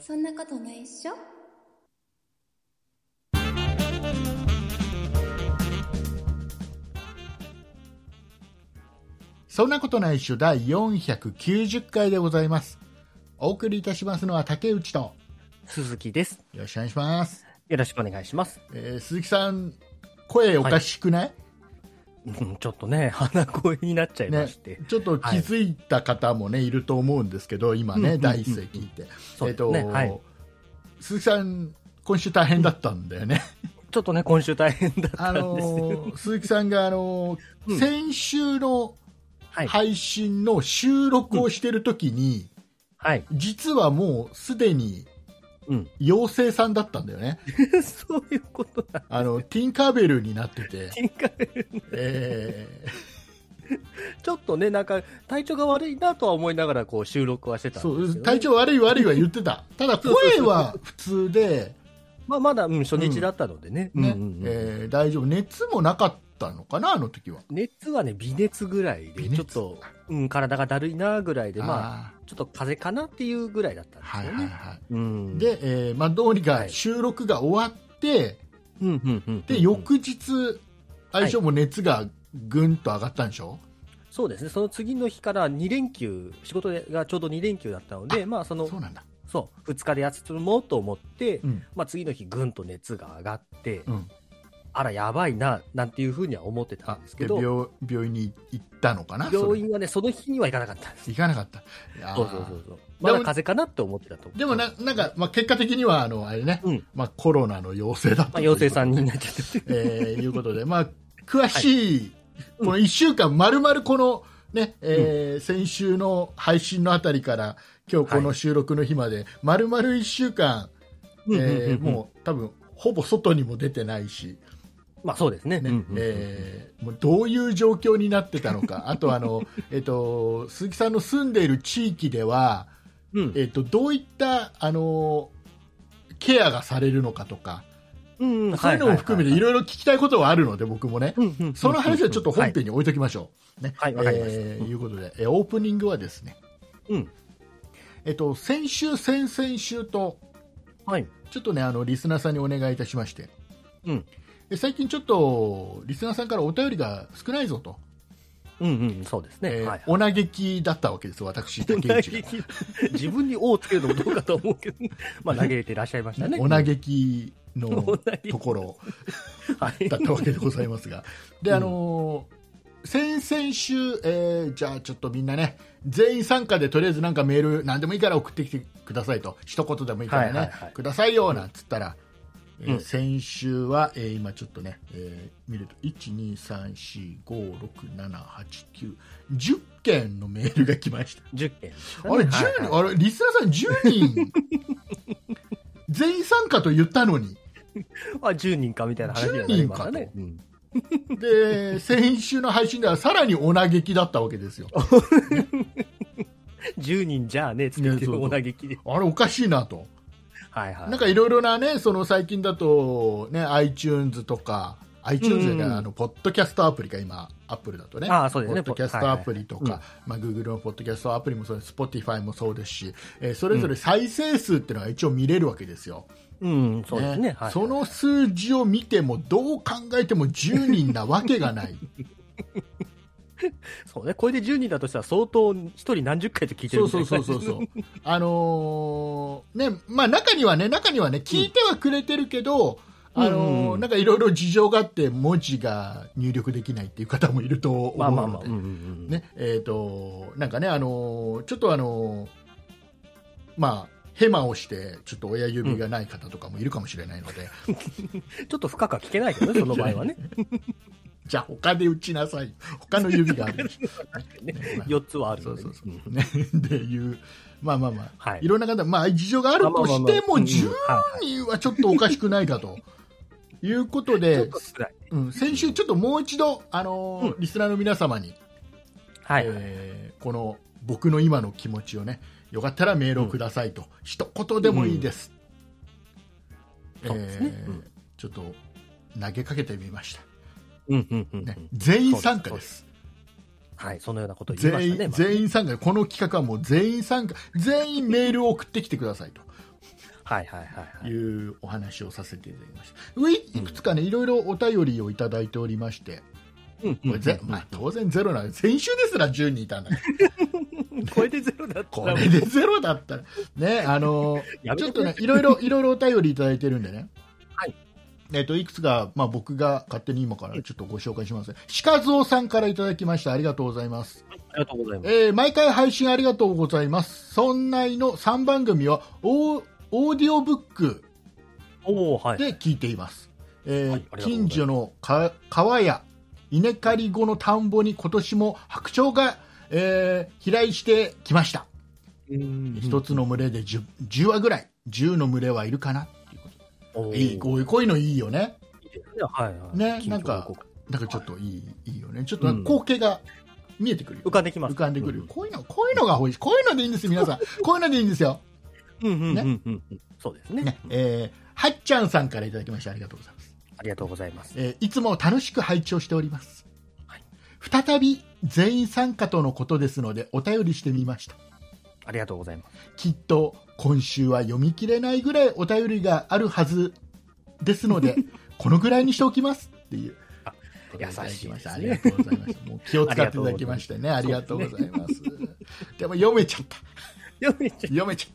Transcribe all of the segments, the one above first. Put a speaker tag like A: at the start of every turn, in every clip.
A: そんなことないっしょ
B: そんなことないっしょ第490回でございます。お送りいたしますのは竹内と、
C: 鈴木です。
B: よろしくお願いします。
C: よろしくお願いします。
B: えー鈴木さん、声おかしくない、
C: うんちょっとね、鼻声になっちゃいまして。
B: ちょっと気づいた方もね、い、ると思うんですけど、今ね、
C: うんうんうん
B: 第一声聞いて。
C: そう
B: えっ、
C: です
B: と、
C: ね。はい。
B: 鈴木さん、今週大変だったんだよね。
C: ちょっとね、今週大変だっ
B: あ
C: たんです。
B: のー鈴木さんが、あのー
C: うん
B: 先週の
C: はい。
B: 配信の収録をしてるときに、
C: はい。
B: 実はもうすでに
C: うん。
B: 妖精さんだったんだよね。
C: そういうことだ。
B: あ の、ティンカーベルになってて、
C: ティンカーベルね
B: え
C: ちょっとね、なんか、体調が悪いなとは思いながら、こう、収録はして
B: ー
C: た
B: そ
C: んです
B: う、
C: けど、ね。
B: 体調悪い悪いは言って た。ただ声は普通で、
C: まあ、まだ、うん、初日だったのでね。
B: ね
C: うんうんうん
B: えー大丈夫。熱もなかったのかな、あの時は。
C: 熱はね、微熱ぐらいで、
B: 微
C: ちょ
B: 熱
C: っと、うん、体がだるいなぐらいで、まあ、
B: あ
C: ちょっと風邪かなっていうぐらいだった
B: ー
C: んです
B: はい
C: よね。
B: はいは
C: うん。
B: い。、で、えーまあ、どうに
C: は
B: か
C: い
B: 収録が終わって、
C: うんうんうんうん。
B: で、翌日、相性も熱がぐんと上がったんでしょ、
C: そうですね、その次の日から2連休、仕事がちょうど2連休だったので、まあ、その
B: そうなんだ。
C: そう2日で休もうと思って、
B: うん。
C: まあ、次の日、ぐんと熱が上がって、
B: うん。
C: あら、やばいななんていうふうには思ってた
B: あ
C: んです、け
B: で、
C: ど、
B: 病、病院に行ったのかなそ
C: 病
B: れ
C: 院はね、その日には行かなかったんです。
B: 行かなかった。いやー
C: そうそうそうそうまだ風邪かなって思ってたと思う
B: でもな、なんか、まあ、結果的には、あの、あれね、
C: うん
B: まあ、コロナの陽性だった
C: まあ、
B: ということ
C: 妖精さんになっちゃってて、
B: えーいうことで、まあ、詳しい、
C: うん
B: この1週間、まるまるこの、ね、えー先週の配信のあたりから、今日この収録の日まで、まるまる1週間、
C: うんうん
B: えー
C: うんうん
B: もう多分、ほぼ外にも出てないし、
C: まあそうですね。
B: ね
C: うんうんうん
B: えーもうどういう状況になってたのか、あとあの、えっと、鈴木さんの住んでいる地域では、
C: うん
B: えっと、どういった、あのケアがされるのかとか、
C: うん
B: そういうのも含めてい
C: は
B: ろいろ聞きたいことはあるので、僕もね、
C: いはいはいうんうんうん
B: その話はちょっと本
C: はい
B: 編に置いときましょう。ね
C: はいわかりました
B: えーいうことで、えーオープニングはですね、
C: うん
B: えっと、先週、先々週と、
C: はい。
B: ちょっとね、あの、リスナーさんにお願いいたしまして、
C: うん
B: で最近ちょっと、リスナーさんからお便りが少ないぞと、
C: うんうん、そうですね。
B: えー
C: はいはい
B: お嘆きだったわけです、私、竹
C: 嘆
B: 内
C: き 自分に「お」をつけるのもどうかと思うけど、 まあ、嘆いてらっしゃいました
B: が。
C: ね。
B: お嘆きの
C: お嘆き
B: ところ
C: はい
B: だ ったわけでございますが、で、
C: うん
B: あのー先々週、えーじゃあちょっとみんなね、全員参加でとりあえずなんかメール、なんでもいいから送ってきてくださいと、一言でもいいからね、
C: はいはいはい
B: くださいよなんつったら、えー
C: うん
B: 先週は、えー今ちょっとね、えー見ると、1、2、3、4、5、6、7、8、9、10件のメールが来ました。
C: 10件、
B: あれ、10人、
C: はいはい
B: あれ、リスナーさん10人、 全員参加と言ったのに。
C: あ10人かみたいな話にはなりました
B: 10人
C: ね
B: か。
C: うん
B: で、先週の配信ではさらにお嘆きだったわけですよ。
C: 10人じゃあね、つ
B: ね
C: っ
B: そう
C: て
B: そう
C: お嘆きで。
B: あれおかしいなと。
C: はいはい。
B: なんかいろいろなね、その最近だと、ね、iTunes とか、iTunes で、
C: うん
B: あの、ポッドキャストアプリが今、Apple だとね。
C: ああそうですね
B: ポッドキャストアプリと
C: はいは
B: か、まあ、Google のポッドキャストアプリもそうです、Spotify もそうですし、えーそれぞれ再生数っていうのが一応見れるわけですよ。
C: うん、そうですね。はいはい
B: その数字を見ても、どう考えても10人なわけがない。
C: そうね、これで10人だとしたら相当1人何十回と聞いてる
B: そ
C: み
B: う
C: たい
B: そう
C: な
B: そ
C: 感
B: う
C: じ
B: そうそう。 あのーね、まあ中にはね、中にはね、聞いてはくれてるけど、
C: うん
B: あのー
C: うんうんうん
B: なんかいろいろ事情があって、文字が入力できないっていう方もいると思うので、
C: まあまあまあ。うんうんうん
B: ね、えっ、と、なんかね、あのーちょっとあのーまあ、ヘマをして、ちょっと親指がない方とかもいるかもしれないの で、
C: ちょっと深くは聞けないけどね、その場 合はね。
B: じゃあ他で打ちなさい。他の指がある。
C: ね
B: ね
C: 4つはある
B: そ
C: の
B: う
C: で
B: そ
C: ね
B: うそう。ね、 っていう、まあまあまあ、
C: はい
B: い、ろんな方、まあ事情があるとしても、10にはちょっとおかしくないかと。いうこと
C: ちょっ
B: で
C: と、少ない。
B: うん、先週ちょっともう一度、あのーリスナーの皆様に、
C: はいはい。
B: えーこの僕の今の気持ちをね、よかったらメールをくださいと、一言でもいいです。
C: うんそうですね
B: えー
C: うん
B: ちょっと投げかけてみました。
C: うんうんうんう
B: ね
C: ん。
B: 全員参加です。
C: はい、そのようなことを言いま
B: 全
C: した
B: 員
C: ね。まあ
B: 全員参加、この企画はもう全員参加、全員メールを送ってきてくださいと。
C: はいはいはいはい。
B: いうお話をさせていただきました。ういいくつかね、いろいろお便りをいただいておりまして、
C: うん
B: これぜまあ、当然ゼロなの先週ですら10人いたんだから
C: これでゼロだった
B: こ
C: ら。
B: れでゼロだったら、ね、あの
C: やめ
B: ちょ
C: て
B: っと
C: くれ
B: ね、いろいろ、いろいろお便りいただいてるんでね。
C: はい。
B: えっと、いくつか、まあ、僕が勝手に今からちょっとご紹介します。鹿蔵さんからいただきました。ありがとうございます。
C: ありがとうございます。
B: えー毎回配信ありがとうございます。そんないの3番組は、オーオーディオブック
C: おおはい。
B: で聞いています。えー
C: はいありがとうございます
B: 近所のか川や稲刈り後の田んぼに今年も白鳥が、えー飛来してきました。一
C: 一
B: つの群れで 10, 10羽ぐらい10の群れはいるかなっていうこといいこういうこういうのいいよね
C: はいはい。
B: ね
C: 緊張
B: なんか
C: 報告
B: なんかちょっといい,、い、いよねちょっと
C: うん
B: 光景が見えてくるよ
C: 浮かんできます。
B: 浮かんでくるよ
C: う
B: こういうのこういうのが欲しいこういうのでいいんですよ皆さんこういうのでいいんですよ、
C: うんうんうんうんうんうん。そうですね
B: ね。えーはっちゃんさんからいただきましてありがとうございます、
C: ありがとうございます。
B: えーいつも楽しく拝聴しております、
C: はい
B: 再び全員参加とのことですのでお便りしてみました
C: ありがとうございます。
B: きっと今週は読み切れないぐらいお便りがあるはずですの でこのぐらいにしておきますっていう
C: あ
B: ことでただきました
C: 優しいです
B: あ
C: ね
B: りがとうございましたもう気を使っていただきまして ねあ
C: あ
B: り
C: り
B: が
C: が
B: と
C: と
B: うご
C: うご
B: ざ
C: ざ
B: いますでも読めちゃった
C: よみち
B: 読めち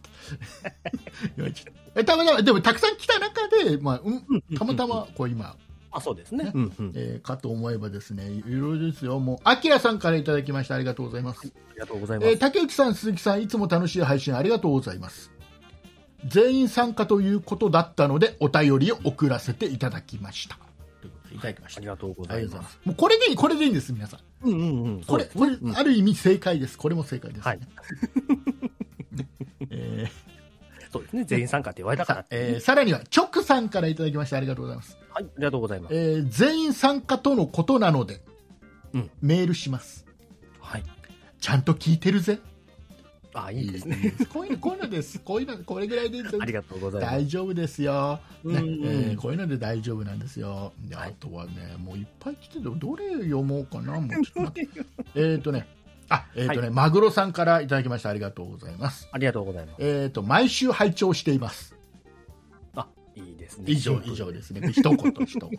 B: ゃった読めちゃったえたまたまでもたくさん来た中で、まあうん、
C: ゃん
B: たまた。まこう今、
C: あ、そうですね
B: ね。
C: うんうん。
B: えーかと思えばですねいろいろですよもうあきらさんからいただきましたありがとうございます
C: ありがとうございま
B: えー
C: す。
B: 竹内さん、鈴木さん、いつも楽しい配信ありがとうございます。全員参加ということだったので、お便りを送らせていただきました。ということでいただきまし
C: あ
B: た。
C: りがとうご
B: あ
C: ざ
B: り
C: い
B: がとうございま
C: ま。
B: すす。もうこれでいい、これでいいんです、皆さん。
C: うんうんうん。
B: これ、これ、
C: うん
B: ある意味正解です。これも正解です、ね。
C: はい
B: え
C: そうですね。全員参加って言われ
B: ー
C: たから
B: さ。えーさらには、直さんからいただきましてありがとうございます。
C: はい。ありがとうございます。
B: えー全員参加とのことなので、
C: うん
B: メールします。
C: はい。
B: ちゃんと聞いてるぜ。
C: あ、いいですね。
B: いいですこういうの、こういうのです。こういうの、これぐらいでいいです
C: ありがとうございます。
B: 大丈夫ですよ、ね
C: うんうん
B: えーこういうので大丈夫なんですよであとはね、もういっぱい来ててどれ読もうかなもうちょっと待って えっとねあえっ、とね、
C: は
B: マグロさんからいただきましたありがとうございます
C: ありがとうございます。
B: えっ、と毎週拝聴しています
C: あ、いいですね。
B: 以上以上ですね一言一言こ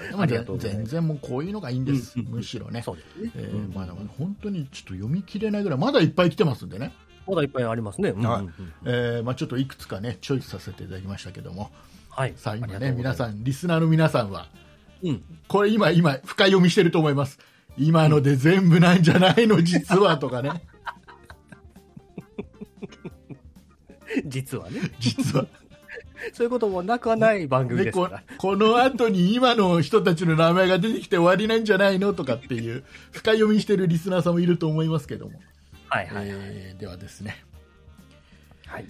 B: れでも
C: ありがとう
B: 全
C: ござ
B: 全
C: います
B: 然もうこういうのがいいんです、
C: うんうん
B: むしろね
C: そうですね。
B: え
C: う
B: ー
C: ん
B: まだまだ本当にちょっと読み切れないぐらいまだいっぱい来てますんでね、
C: まだいっぱいありますね。うんうん
B: はい
C: うん
B: えーまあ、ちょっといくつかねチョイスさせていただきましたけども
C: はい。
B: さあ今
C: あ
B: ね
C: りがとうござ
B: 皆
C: います
B: さんリスナーの皆さんは
C: うん。
B: これ今、今、深読みしてると思います。今ので全部なんじゃないの、実はとか ね。
C: 実はね。
B: 実は。
C: そういうこともなくはない番組
B: で
C: ですか
B: こ
C: ら。
B: この後に今の人たちの名前が出てきて終わりなんじゃないのとかっていう、深読みしてるリスナーさんもいると思いますけども。
C: はいはい。
B: えーではですね、
C: はい。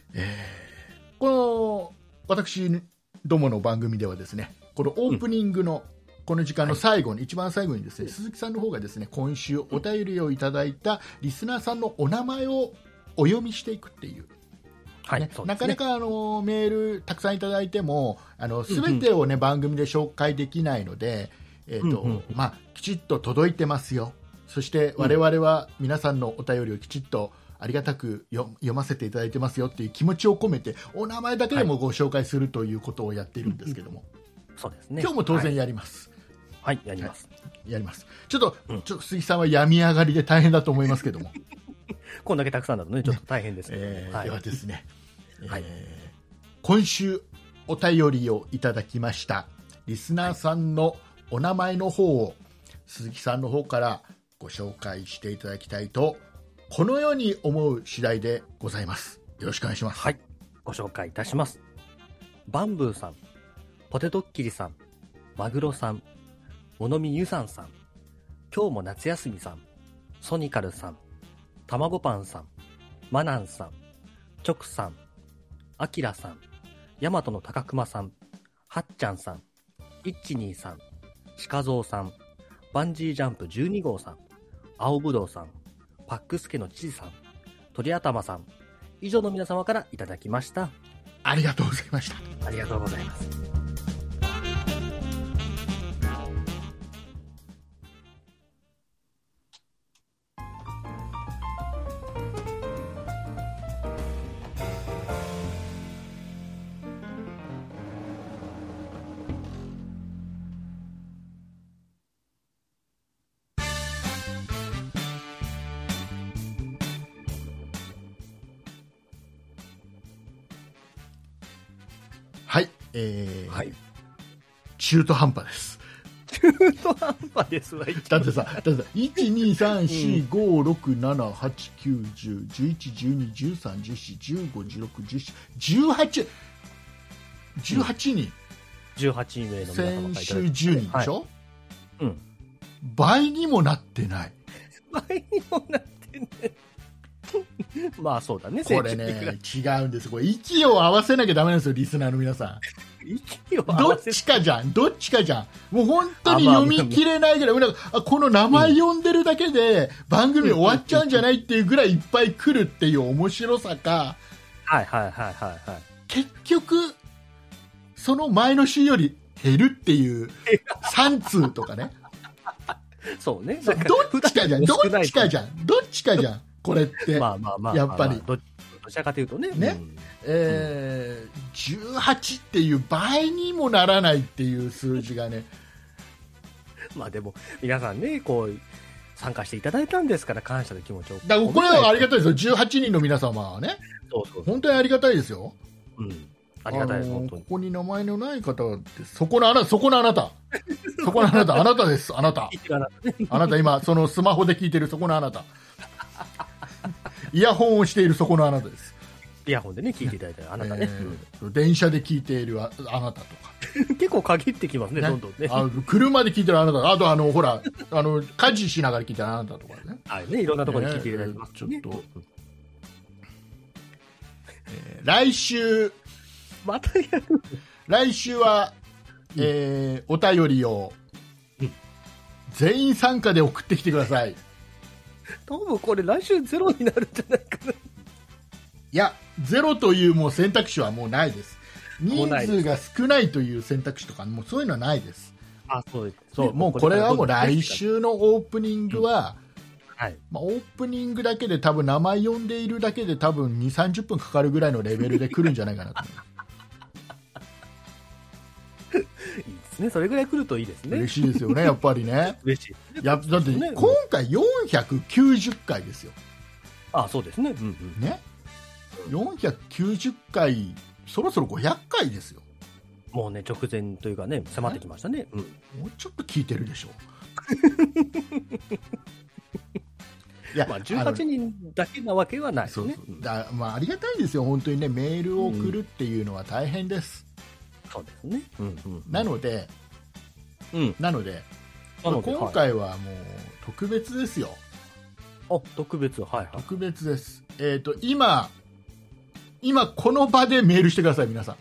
B: この、私どもの番組ではですね、このオープニングの、この時間の最後に、一番最後にですね、鈴木さんの方がですね、今週お便りをいただいたリスナーさんのお名前をお読みしていくっていう、
C: はい。
B: ね
C: そうで
B: な
C: す
B: か
C: ね
B: な。かあのメールたくさんいただいてもあの全てを、ね番組で紹介できないので、えーと
C: うんうん
B: まあ、きちっと届いてますよそして我々は皆さんのお便りをきちっとありがたく読読ませていただいてますよっていう気持ちを込めてお名前だけでもご紹介するということをやっているんですけども、
C: そうですね。
B: 今日も当
C: は
B: 然
C: い。
B: やります。
C: はい、やります。
B: やりますちょっと、
C: うん
B: ちょっと杉さんは病み上がりで大変だと思いますけども、
C: こんだけたくさんだとね、ちょっと大変ですけど
B: え
C: ね。
B: ー
C: はい
B: で。はですね、
C: はい
B: えー今週お便りをいただきましたリスナーさんのお名前の方を鈴木さんの方からご紹介していただきたいとこのように思う次第でございますよろしくお願いします、
C: はい。ご紹介いたします。バンブーさん、ポテトッキリさん、マグロさん、ものみゆさんさん、今日も夏休みさん、ソニカルさん、たまごパンさん、マナンさん、チョクさん、アキラさん、ヤマトの高熊さん、はっちゃんさん、イッチニーさん、シカゾウさん、バンジージャンプ12号さん、青ぶどうさん、パックスケの知事さん、鳥頭さん、以上の皆様からいただきました。
B: ありがとうございました
C: ありがとうございます。
B: えー
C: はい。
B: 中途半端です
C: 中途半端ですわ、
B: だってさ、だってさ、1、2、3、4、5、6、7、8、9、10、11、12、13、14、15、16、17、18、18人、
C: 18名の皆様
B: 先
C: がいた
B: 週
C: だいて。
B: 10人でしょ、
C: いうん
B: 倍にもなってない。
C: 倍にもなってね。まあそうだね、
B: これね、違うんです。これ、息を合わせなきゃダメなんですよ、リスナーの皆さ
C: 息を
B: ん。
C: 合
B: ど
C: わ
B: っ
C: せ
B: ちかじゃん、どっちかじゃん。もう本当に
C: あまあ
B: 読み切れないぐらい、なんかあこの名前呼んでるだけで、番組終わっちゃうんじゃないっていうぐらいいっぱい来るっていう面白さか、
C: はいはいはいはいはい。
B: 結局その前の週より減るっていう3通とかね
C: そうね。
B: そうどっちかじゃんどっちかじ
C: ゃ
B: ゃんどっちかじゃんこれって、
C: まあまあまあ。
B: やっぱり
C: まあまあどどちらかというとね。
B: ね
C: うん
B: えー18っていう倍にもならないっていう数字がね
C: まあでも、皆さんね、こう、参加していただいたんですから、感謝の気持ちを。
B: だからこれはありが
C: と
B: たいですよ18人の皆様はね
C: う。そうそう。
B: 本当にありがたいですよ
C: うん。ありがたいです、
B: あの
C: 本
B: ーこ
C: 当に。
B: こに名前のない方ってそこのあなたそこのあなたそこのあなたあなたですあなた
C: 一から
B: あなた今そのスマホで聞いてるそこのあなたイヤホンをしているそこのあなたです、
C: イヤホンでね、聞いていただいたあなたね。
B: えー電車で聞いているああなたとか、
C: うん結構限ってきますね、
B: ね
C: どんどんね。
B: あ車で聞いてるあなたあとあのほらあの家事しながら聞いてるあなたとかね
C: はいね、いろんなところに聞いていただいてます、ね。
B: えーちょっと、えー来週
C: またやる。
B: 来週は、えーお便りを
C: うん
B: 全員参加で送ってきてください
C: 多分これ来週ゼロになるんじゃないかな。
B: いや、ゼロというもう選択肢はもうないです。
C: もう
B: 人
C: ないです
B: 数が少ないという選択肢とか、もうそういうのはないです。
C: あ、そうです。
B: そう、もうこれはもう来。週のオープニングは、
C: はい。
B: まあ、オープニングだけで多分名前呼んでいるだけで多分2、30分かかるぐらいのレベルで来るんじゃないかなと思います
C: いいですね。それぐらい来るといいですね。
B: 嬉しいです よね、やっぱりね。
C: 嬉しいですね。
B: いや、だって
C: ね
B: 今回490回ですよ。
C: あ、そうですね。うんうん。
B: ね。490回、そろそろ500回ですよ。
C: もうね、直前というかね、迫ってきましたね。うん。
B: もうちょっと聞いてるでしょ う。いや
C: まあ、
B: あの
C: 18人だけなわけはないです
B: そう
C: ね。
B: そううんだまあ、ありがたいですよ、本当にね、メールを送るっていうのは大変です、
C: そうですね。うんうん。
B: なので、
C: うん。
B: なので、
C: なので
B: 今
C: はい
B: 回はもう特別ですよ、
C: あ、特別、はいはい。
B: 特別です、えー、と今、今、この場でメールしてください、 皆さん、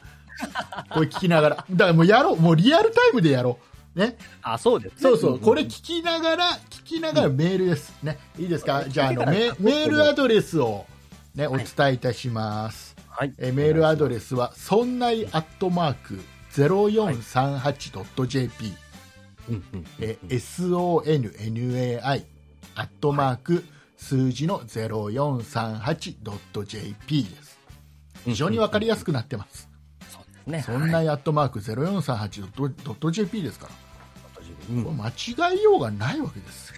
B: これ聞きながら、だからもうやろう、もうリアルタイムでやろう、ね、
C: あ、そうですね。
B: そうそ
C: ん
B: う、
C: ん
B: これ聞きながら、聞きながらメールです。ね、いいですか、じゃああの
C: 聞いて
B: メ
C: から、
B: メールアドレスを、ね、お
C: はい
B: 伝えいたします。
C: はい。
B: えメールアド
C: レ
B: レスは、そんないアットマーク 0438.jp、
C: ス。うんうん。
B: え sonnai アットマーク数字の 0438.jp です。非常にわかりやすくなってます。
C: そうですね。
B: そんなアットマーク 0438.jp ですから。
C: うん
B: これ間違いようがないわけです。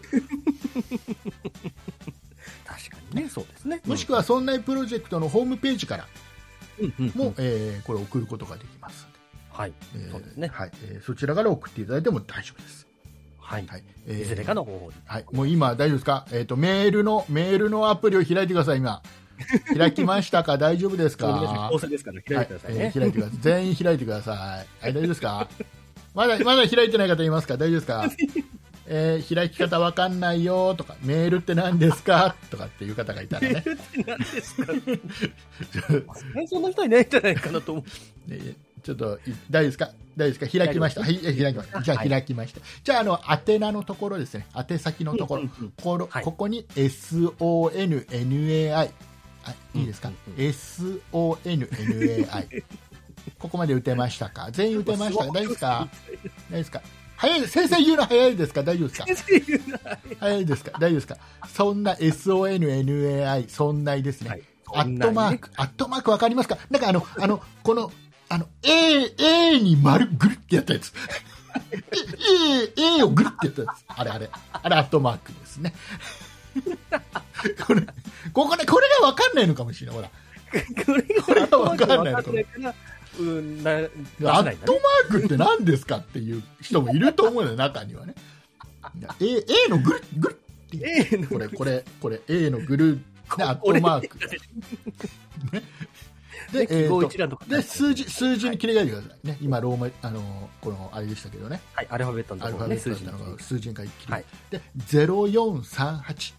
C: 確かにね、そうですね。
B: もしくは、そんないプロジェクトのホームページから
C: うんうん、
B: も、えーこれ送ることができます
C: はい、
B: ので、えー
C: そうですね。
B: はいえーそちらから送っていただいても大丈夫です。
C: はい。
B: はい、えー
C: いずれかの方法で。
B: はい、もう今大丈夫ですか？えっ、とメールのメールのアプリを開いてください 今。開きましたか？大丈夫ですか？
C: 構成ですから、開いてください
B: は
C: ね
B: えー。開いてください。全員開いてください。はい、大丈夫ですか？まだまだ開いてない方いますか？大丈夫です か？えー開き方わかんないよとかメールって何ですかとかっていう方がいたら ね、
C: 何ですかそんな人いないんじゃないかなと思う。
B: ねちょっとい大丈夫ですか大丈夫ですか開きましたはいえ開きましたじゃあ
C: はい
B: 開きました、じゃああの宛名のところですね宛先のところ、
C: うんうんうん
B: この
C: はい
B: ここに SONNAI あいいですか、
C: うん
B: SONNAI ここまで打てましたか全員打てましたか大丈夫ですか大丈夫ですか早い先生言うの早いですか大丈夫ですか早いですか大丈夫ですかそんな SONNAI そんないですね、
C: はい
B: アットマーク、アットマークわかりますかなんかあの、あの、この、あの、A、A に丸ぐるってやったやつ。A、A をぐるってやったやつ。あれあれ。あれアットマー クですね。これ、ここね、これがわかんないのかもしれない。ほら。
C: これ
B: これがわかんない
C: 後々わから、うん、な、出せ
B: ア
C: ない
B: ッ
C: んだ
B: ト
C: ね。
B: マークって何ですかっていう人もいると思う よ、中にはね。A, A のグルグル
C: ええ
B: これ、これ、これ、A のグルでアットマーク。ねで、え
C: 記号
B: ー
C: 一覧とか
B: と、で、数字、数字に切り替えてくださいね。今、ローマ、あの、この、あれでしたけどね。
C: はい、アルファベットの
B: アル
C: と
B: フ
C: ころ
B: ァベッ
C: ね、
B: ト
C: 数
B: だった
C: 字
B: の
C: のところ
B: が数字に切り替
C: は
B: え
C: い
B: て。で、0438。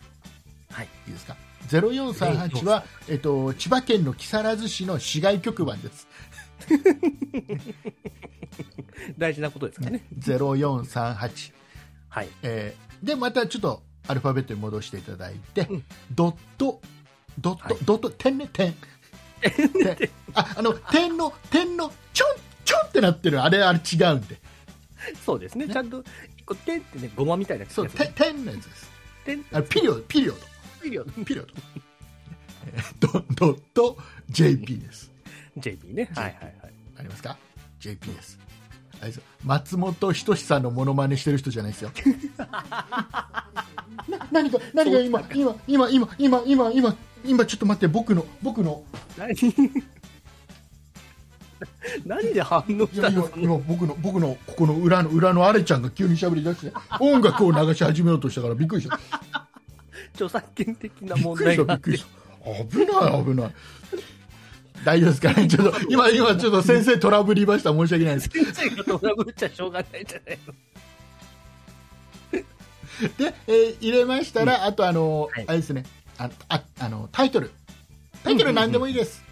C: はい。
B: いいですか。0438は、えっと、千葉県の木更津市の市外局番です。
C: 大事なことですからね。
B: 0438。
C: はい。
B: えーで、またちょっとアルファベットに戻していただいて、
C: うん
B: ドット、ドット、
C: はい
B: ドット、点ね、点。点あ、あの、点の、点の、ちょん、ちょんってなってる、あれ、あれ違うんで。
C: そうですね。ちゃんと、一個、点ってね、ゴマみたいなやつ
B: そう、
C: ですね
B: 点、点のやつです。
C: 点、
B: あのピリオド、ピリオド、
C: ピリオド
B: ピリオド。えード ドット、JP です。
C: JP ね。はいはいはい。
B: ありますか ?JP です。あれですよ松本人志さんのモノマネしてる人じゃないですよ。な何が何が今今今今今今今今ちょっと待って僕の僕の
C: 何 何で反応した
B: 今
C: の
B: 今僕の僕のここの裏の裏のアレちゃんが急にしゃべり出して音楽を流し始めようとしたからびっくりした
C: 著作権的な
B: びっ
C: 問
B: くり
C: 題
B: したび
C: があ
B: っ
C: っ
B: く
C: て
B: りした危ない危ない大丈夫ですかねちょっと今今ちょっと先生トラブりました申し訳ないです
C: 先生がトラブっちゃしょうがないじゃないの
B: で、えー入れましたら、あとあの、
C: はい
B: あれですねあああのタイトルタイトル
C: うんうんうん
B: 何でもいいです、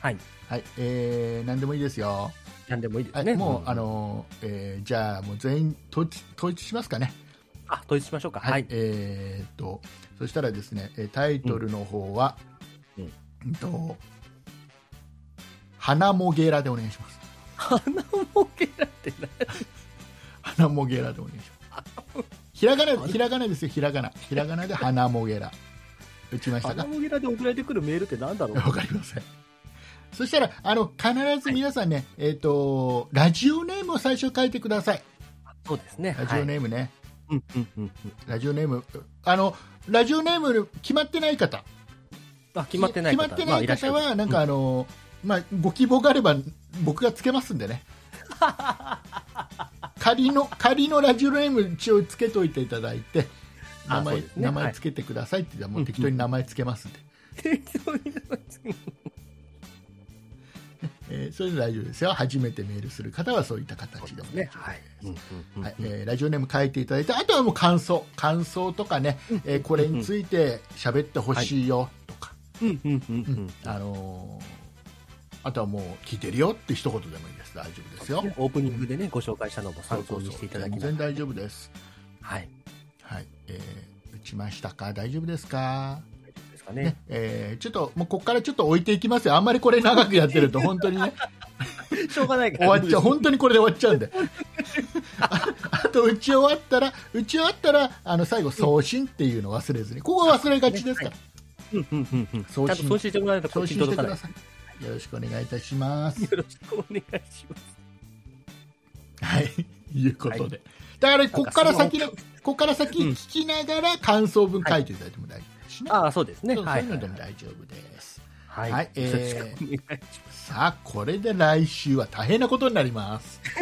C: はい
B: はいえー、何でもいいですよ、
C: 何でもいいで
B: は
C: す
B: い
C: ね
B: もう、あの、えーじゃあもう全員統一統一しますかね
C: あ統一しましょうかはい、
B: えーっとそしたらですねえータイトルの方は、
C: うん
B: うんと花もげらでお願いします
C: 鼻もけらってな
B: 花もげらでお願いしますひらがなひらがなですよひらがなひらがなで花もげら打ちましたか
C: 鼻もげらで送られてくるメールってなんだろう
B: わかりません。そしたら、あの、必ず皆さんね、えっ、と、ラジオネームを最初書いてください。
C: そうですね
B: ラジオ
C: はい
B: ネームね。
C: うんうんうんうん
B: ラジオネーム。あの、ラジオネーム決まってない方。
C: あ決まってない方
B: 決まってない
C: まあらっしゃ
B: 方
C: る
B: は、なんかあの、まあ、ご希望があれば、僕がつけますんで ね。仮の、仮のラジオネーム一応つけといていただいて、
C: あ
B: 名前、
C: そうですね
B: 名
C: は
B: 前
C: い
B: つけてくださいって言ったら、もう適当に名前つけ ますんで。
C: 適当に名前つけ
B: えーそれで大丈夫ですよ。初めてメールする方はそういった形でも
C: ます
B: ね
C: ねはいうんうんうん
B: はいえーラジオネーム書いていただいてあとはもう感想感想とかね、えーこれについて喋ってほしいよとか、
C: うんうんうんうん
B: あのーあとはもう聞いてるよって一言でもいいです大丈夫ですよ
C: オープニングでねご紹介したのも参考にしていただき
B: 全
C: た
B: 然
C: い
B: 大丈夫です
C: はい
B: はい、えー打ちましたか大丈夫ですか、
C: 大丈夫ですか
B: ね
C: ね
B: えーちょっともうここからちょっと置いていきますよあんまりこれ長くやってる と本当にね
C: しょうがないか
B: 終
C: ら
B: わっちゃう 本当にこれで終わっちゃうんでああと打ち終わったら打ち終わったらあの最後送信っていうのを忘れずにここは忘れがちですから
C: うんうんうんうんちゃ
B: 送
C: んと
B: 信
C: 送信してもらえるとこ
B: 送
C: っち
B: 信
C: に
B: してく
C: 届かない
B: ださい。よろしくお願いいたします。
C: よろしくお願いします
B: はい、いうことで。だから、ここから先ね、
C: なん
B: ここから先
C: うん
B: 聞きながら感想文書いていただいても大丈夫ですしね。
C: ああ、そうですね。
B: そう
C: は
B: そうい
C: いうは
B: の
C: い
B: でも大丈夫です。
C: はい。
B: はいえー
C: よろしくお願いします
B: さあ、これで来週は大変なことになります。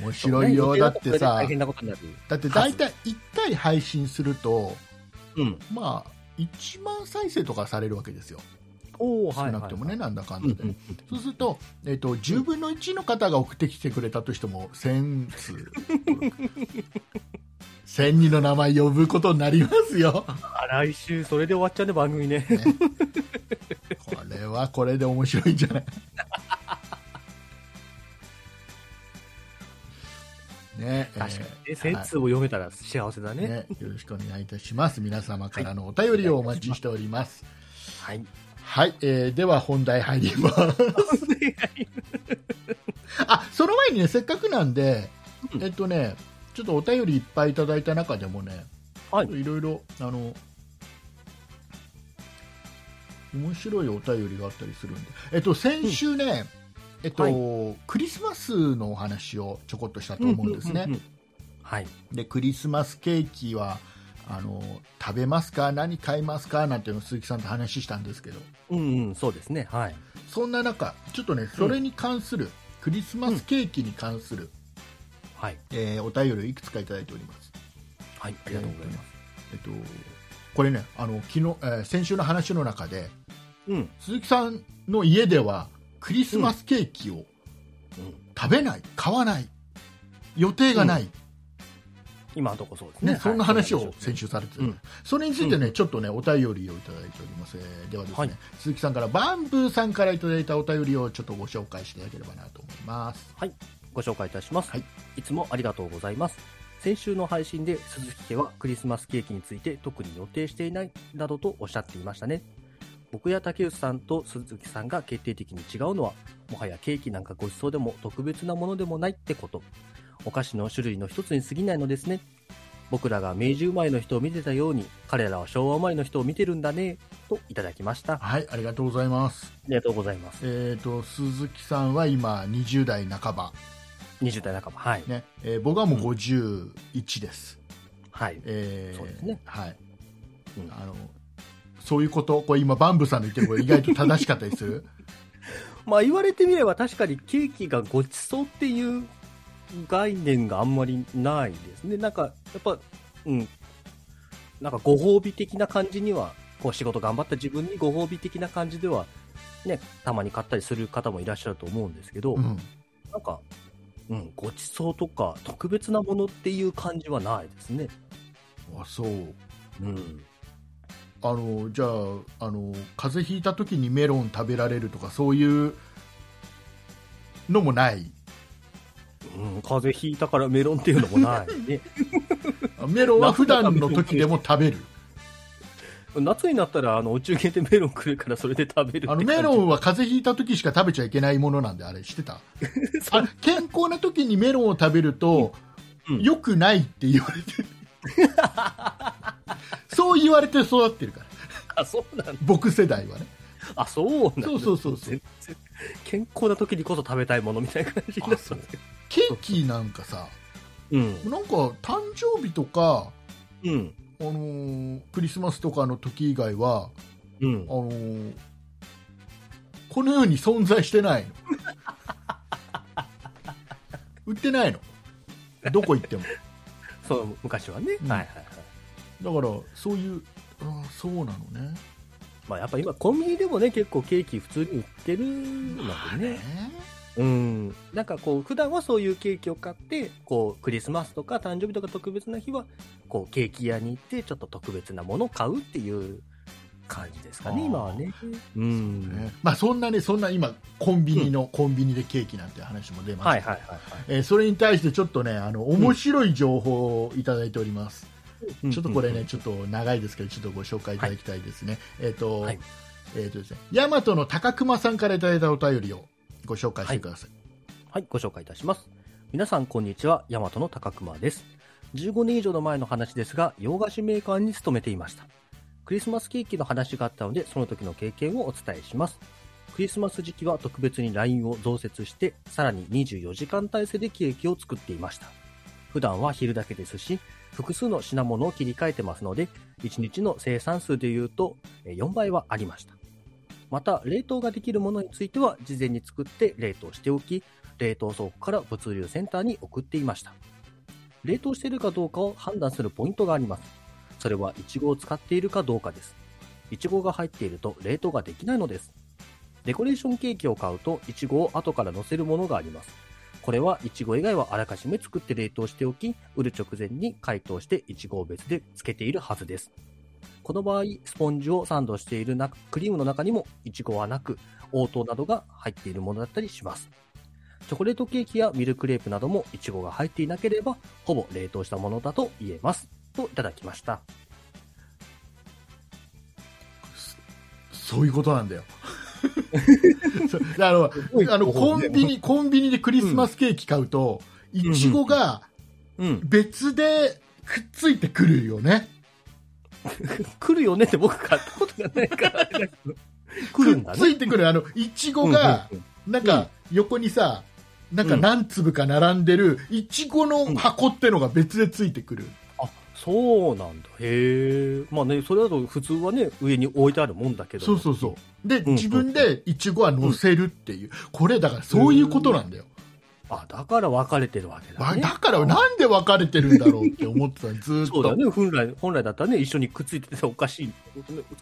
B: 面白いよ。
C: そうね
B: だって
C: 予定
B: さ
C: はこれで大、変なことになる。
B: だって大体1回配信すると、
C: うん。
B: まあ、1万再生とかされるわけですよ。
C: おお、
B: 少
C: はい。
B: なくともね、
C: はい。
B: なんだかん
C: う
B: だで
C: んう。ん
B: そうすると、えっと10分の1の方が送ってきてくれたとしても1000通 1000人の名前呼ぶことになりますよ、
C: あ来週、それで終わっちゃうね、番組ね。
B: ねこれはこれで面白いんじゃない ねえ
C: 確かに。え、
B: ー
C: 千通を読めたら幸せだ
B: はい
C: ね。
B: ねよろしくお願いいたします皆様からのお便りをお待ちしております
C: はい。
B: はい、えーでは本題入りますあその前にねせっかくなんで、
C: うん
B: えっとねちょっとお便りいっぱいいただいた中でもね
C: はい。
B: いろいろあの面白いお便りがあったりするんで、えっと、先週ね、えっと
C: は
B: クリスマスのお話をちょこっとしたと思うんですね、
C: ううううん。はい。
B: でクリスマスケーキはあの食べますか、何買いますかなんていうのを鈴木さんと話したんですけど、
C: うんうん、そうですね。はい。
B: そんな中、ちょっとね、それに関する、クリスマスケーキに関する、
C: はい。
B: えーお便りをいくつかいただいております。
C: はい。ありがとうございます。
B: えっと、これね、あの昨日、えー先週の話の中で、
C: うん。
B: 鈴木さんの家ではクリスマスケーキを
C: うん、
B: 食べない、買わない、予定がない、
C: 今のとこそうですね。
B: ね
C: はい
B: そんな話を
C: そうなん
B: 先
C: でし
B: 週されてて、
C: うん
B: それについてね、ちょっとねお便りをいただいております、えーではですね、
C: はい
B: 鈴木さんからバンブーさんからいただいたお便りをちょっとご紹介していただければなと思います
C: ょうご紹介いたします、
B: はい
C: い。つもありがとうございます。先週の配信で鈴木家はクリスマスケーキについて特に予定していないなどとおっしゃっていましたね。僕や竹内さんと鈴木さんが決定的に違うのは、もはやケーキなんかご馳走でも特別なものでもないってこと。お菓子の種類の一つに過ぎないのですね。僕らが明治生まれの人を見てたように、彼らは昭和生まれの人を見てるんだね、といただきました。あ
B: はいありがとうございます
C: りがとうございます。
B: えっ、と鈴木さんは今20代半ば
C: 20代半ば。はい。
B: ね、えー僕はもう
C: うん
B: 51です、
C: はい。
B: えー
C: そうですね
B: はい、
C: うん
B: あのそういうことこれ今バンブーさんの言ってるこれ意外と正しかったりす る
C: まあ言われてみれば確かにケーキがごちそうっていう概念があんまりないですね。なんか、やっぱ、うん。なんかご褒美的な感じには、こう仕事頑張った自分にご褒美的な感じでは、ね、たまに買ったりする方もいらっしゃると思うんですけど、
B: うん
C: なんか、うん、ごちそうとか特別なものっていう感じはないですね。
B: あそう
C: うん。
B: あのじゃああの風邪ひいた時にメロン食べられるとかそういうのも ない
C: うん、風邪ひいたからメロンっていうのもないね。
B: メロンは普段の時でも食べる
C: 夏になったら、あの、お中元でメロン来るからそれで食べるって
B: あ
C: 感
B: の
C: じ。
B: メロ ンは風邪ひいた時しか食べちゃいけないものなんであれしてたあれ健康な時にメロンを食べると
C: うんうん
B: 良、くないって言われてるそう言われて育ってるから
C: あ、そうなんだ。
B: 僕世代はね
C: あ、そうなんだ。
B: そうそうそうそう
C: 全然。健康な時にこそ食べたいものみたいな感じになってますけど。
B: ケーキなんかさ
C: うん。
B: なんか誕生日とか、
C: うん。
B: あのークリスマスとかの時以外は
C: うん
B: あ。のーこの世に存在してない の売ってないのどこ行っても
C: そう、昔はね。
B: うん
C: はいはいはい。
B: だからそういうあーそうなのね
C: まあやっぱ今コンビニでもね、結構ケーキ普通に売ってるのでね。うん。なんかこう、普段はそういうケーキを買って、こう、クリスマスとか誕生日とか特別な日は、こう、ケーキ屋に行って、ちょっと特別なものを買うっていう感じですか
B: あ
C: ね、
B: ー
C: 今はね。うん。
B: ねまあそんなねそんな今コンビニの、コンビニでケーキなんて話も出ました、
C: はいはいはいはい
B: えーそれに対してちょっとねあの面白い情報をいただいております、。
C: うん
B: ちょっとこれね、、ちょっと長いですけど、ちょっとご紹介いただきたいですね。えっ、と、
C: はい
B: えっ、とですね、ヤマトの高熊さんからいただいたお便りをご紹介してください。
C: はい、ご紹介いたします。皆さん、こんにちは。大和の高熊です。15年以上の前の話ですが、洋菓子メーカーに勤めていました。クリスマスケーキの話があったので、その時の経験をお伝えします。クリスマス時期は特別に LINE を増設して、さらに24時間体制でケーキを作っていました。普段は昼だけですし、複数の品物を切り替えてますので、1日の生産数でいうとえー4倍はありました。また、冷凍ができるものについては、事前に作って冷凍しておき、冷凍倉庫から物流センターに送っていました。冷凍しているかどうかを判断するポイントがあります。それはイチゴを使っているかどうかです。イチゴが入っていると冷凍ができないのです。デコレーションケーキを買うとイチゴを後から乗せるものがあります。これはイチゴ以外はあらかじめ作って冷凍しておき、売る直前に解凍してイチゴを別で漬けているはずです。この場合、スポンジをサンドしている中クリームの中にもイチゴはなく、応答などが入っているものだったりします。チョコレートケーキやミルクレープなどもイチゴが入っていなければ、ほぼ冷凍したものだと言えます。といただきました。
B: そういうことなんだよ。 そうあのあのコンビニコンビニでクリスマスケーキ買うと、
C: ん
B: いちごが
C: うん。
B: 別でくっついてくるよね。
C: 来るよねって僕買ったことがないから。来るんだ
B: くっつ
C: ね。
B: いてくるあのいちごが
C: うんうん
B: なんか横にさ、なんか何粒か並んでるいちごの箱ってのが別でついてくる。
C: あ、そうなんだ。へえ。まあね、それだと普通はね、上に置いてあるもんだけど。
B: そうそうそうで、
C: うん
B: 自分でいちごは乗せるっていう、これだからそういうことなんだよ、
C: あ、だから分かれてるわけだ
B: わ
C: ね。
B: だからなんで分かれてるんだろうって思ってたのずーっと
C: そうだね。本来、本来だったらね、一緒にくっついてておかしい。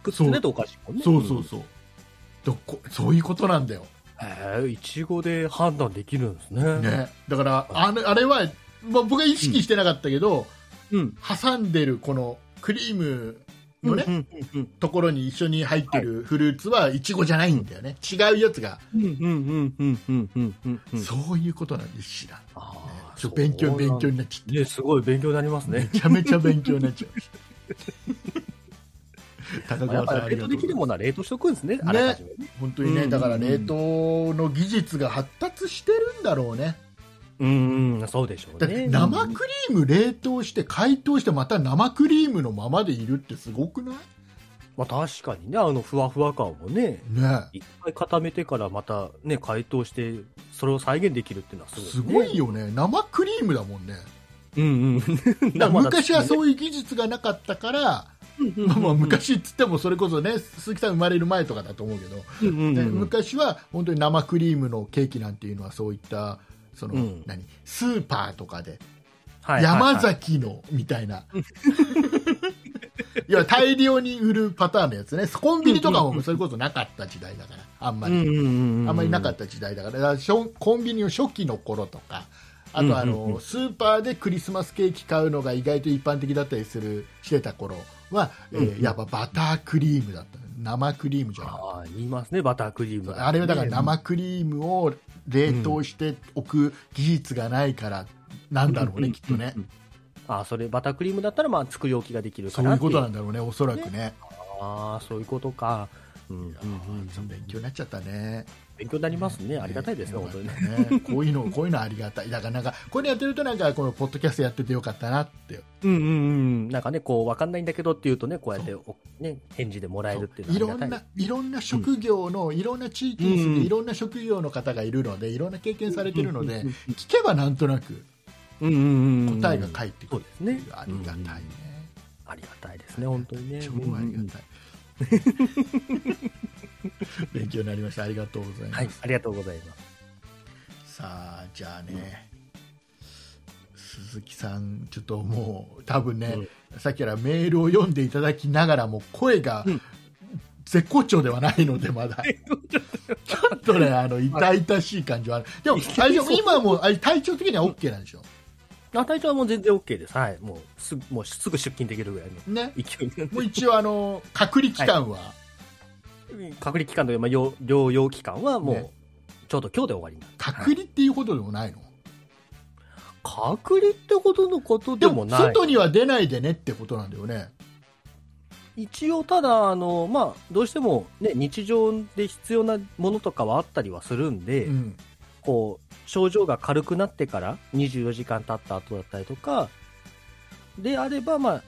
C: くっついてないとおかしいもんね。
B: そうそうそうだこそういうことなんだよ、
C: へえ、いちごで判断できるんですね。
B: ね、だからあれあれは、まあ、僕は意識してなかったけど、
C: うん。
B: 挟んでるこのクリームのね、
C: うんうんうん
B: ところに一緒に入ってるフルーツはいちごじゃないんだよね、違うやつが、
C: うんうんうんうんうんうんうん。
B: そういうことなんです知らん
C: あー
B: ちょ勉強
C: そうな
B: 勉
C: ん
B: 強になっちゃって
C: ね、すごい勉強になりますね。
B: めちゃめちゃ勉強になっちゃいました 高
C: やっ
B: 川さん
C: ぱ
B: あ
C: り
B: りが
C: 冷
B: とう
C: 凍で
B: ござ
C: き
B: い
C: る
B: ま
C: ものは冷凍しとくんですね、あらかじめね。
B: す本当にね、
C: うん
B: だから冷凍の技術が発達してるんだろうね
C: うん、うん、そうでしょう
B: だって
C: ね。
B: 生クリーム冷凍して解凍してまた生クリームのままでいるってすごくない
C: まあ確かにね、あのふわふわ感をね、
B: ね
C: 一回固めてからまたね、解凍して、それを再現できるっていうのは
B: す
C: すご
B: ご
C: い、
B: い
C: ね。
B: よね生クリームだもん ね
C: うんうん。
B: だから昔は
C: う、
B: そういう技術がなかったから、
C: うんうんうん
B: まあまあ、昔っつってもそれこそね鈴木さん生まれる前とかだと思うけど、
C: うんうん
B: で
C: うん、
B: 昔は本当に生クリームのケーキなんていうのはそういったその、
C: うん
B: 何スーパーとかで
C: はいはいはい
B: 山崎のみた いな、いや大量に売るパターンのやつねコンビニとかもそれこそなかった時代だからあんま
C: うん
B: り、
C: うんうんうん、。
B: あんまりなかったた時代だからだからしょコンビニの初期の頃とかあとあの、
C: うんうんう
B: スーパーでクリスマスケーキ買うのが意外と一般的だったりするしてた頃は、えー
C: うんうん
B: やっぱバタークリームだった生クリームじゃなかった
C: ああ、言いますね、バタークリーム、
B: あれはだから生クリームを冷凍しておく技術がないからなんだろうね、きっとね、
C: うんうんうんああ、それ、バタークリームだったら、まあ、作り置きができる
B: そ
C: か
B: うい
C: ら
B: うことなん
C: だ。
B: だろうね、おそらくね、
C: ああ、そういうことか。うんうんうん、
B: そう勉強になっちゃったね、
C: 勉強になりますね。ありがたいですね、
B: ね
C: 本当にね。
B: ねこういうの、こういうのありがたい、だからなんか、こういうのやってると、なんか、このポッドキャストやっててよかったなって、
C: うんうんうん、なんかね、こう、わかんないんだけどっていうとね、こうやってお、ね、返事でもらえるっていう
B: い
C: の
B: ろ
C: はあ
B: ん
C: りが
B: な
C: たい。
B: いろんな職業の、いろんな地域に住んで、いろんな職業の方がいるので、いろんな経験されてるので、聞けばなんとなく
C: うんうんうん、
B: 答えが返ってく
C: そう
B: る
C: ですね。
B: ありがたいね。
C: ありがたいですね、本当にね。
B: 超ありがた い。勉強になりました。ありがとうございます。
C: はい、ありがとうございます。
B: さあ、じゃあね、鈴木さん、ちょっともう、多分ね、さっきからメールを読んでいただきながらも、声が、
C: うん
B: 絶好調ではないので、ま だ。ちょっとね、あの、痛々しい感じはある。でも、大丈夫、今はもう、あれ体調的には OK なんでしょ
C: あ、体調はもう全然 OK です。はい、もう、すぐ、もうすぐ出勤できるぐらいの
B: ね。
C: 勢い
B: もう一応、あの、隔離期間は、
C: で。 隔離期間というか、まあ、療療養期間はもう、
B: ね
C: ちょうど今日で終わりになる。
B: 隔離っていうことでもないの、
C: 隔離ってほどのこと
B: で
C: でも
B: も、
C: ない。
B: 外には出ないでねってことなんだよね。
C: 一応、ただ、あの、まあ、どうしても、ね、日常で必要なものとかはあったりはするんで、
B: うん
C: こう、症状が軽くなってから24時間経った後だったりとか、であれば、まあ、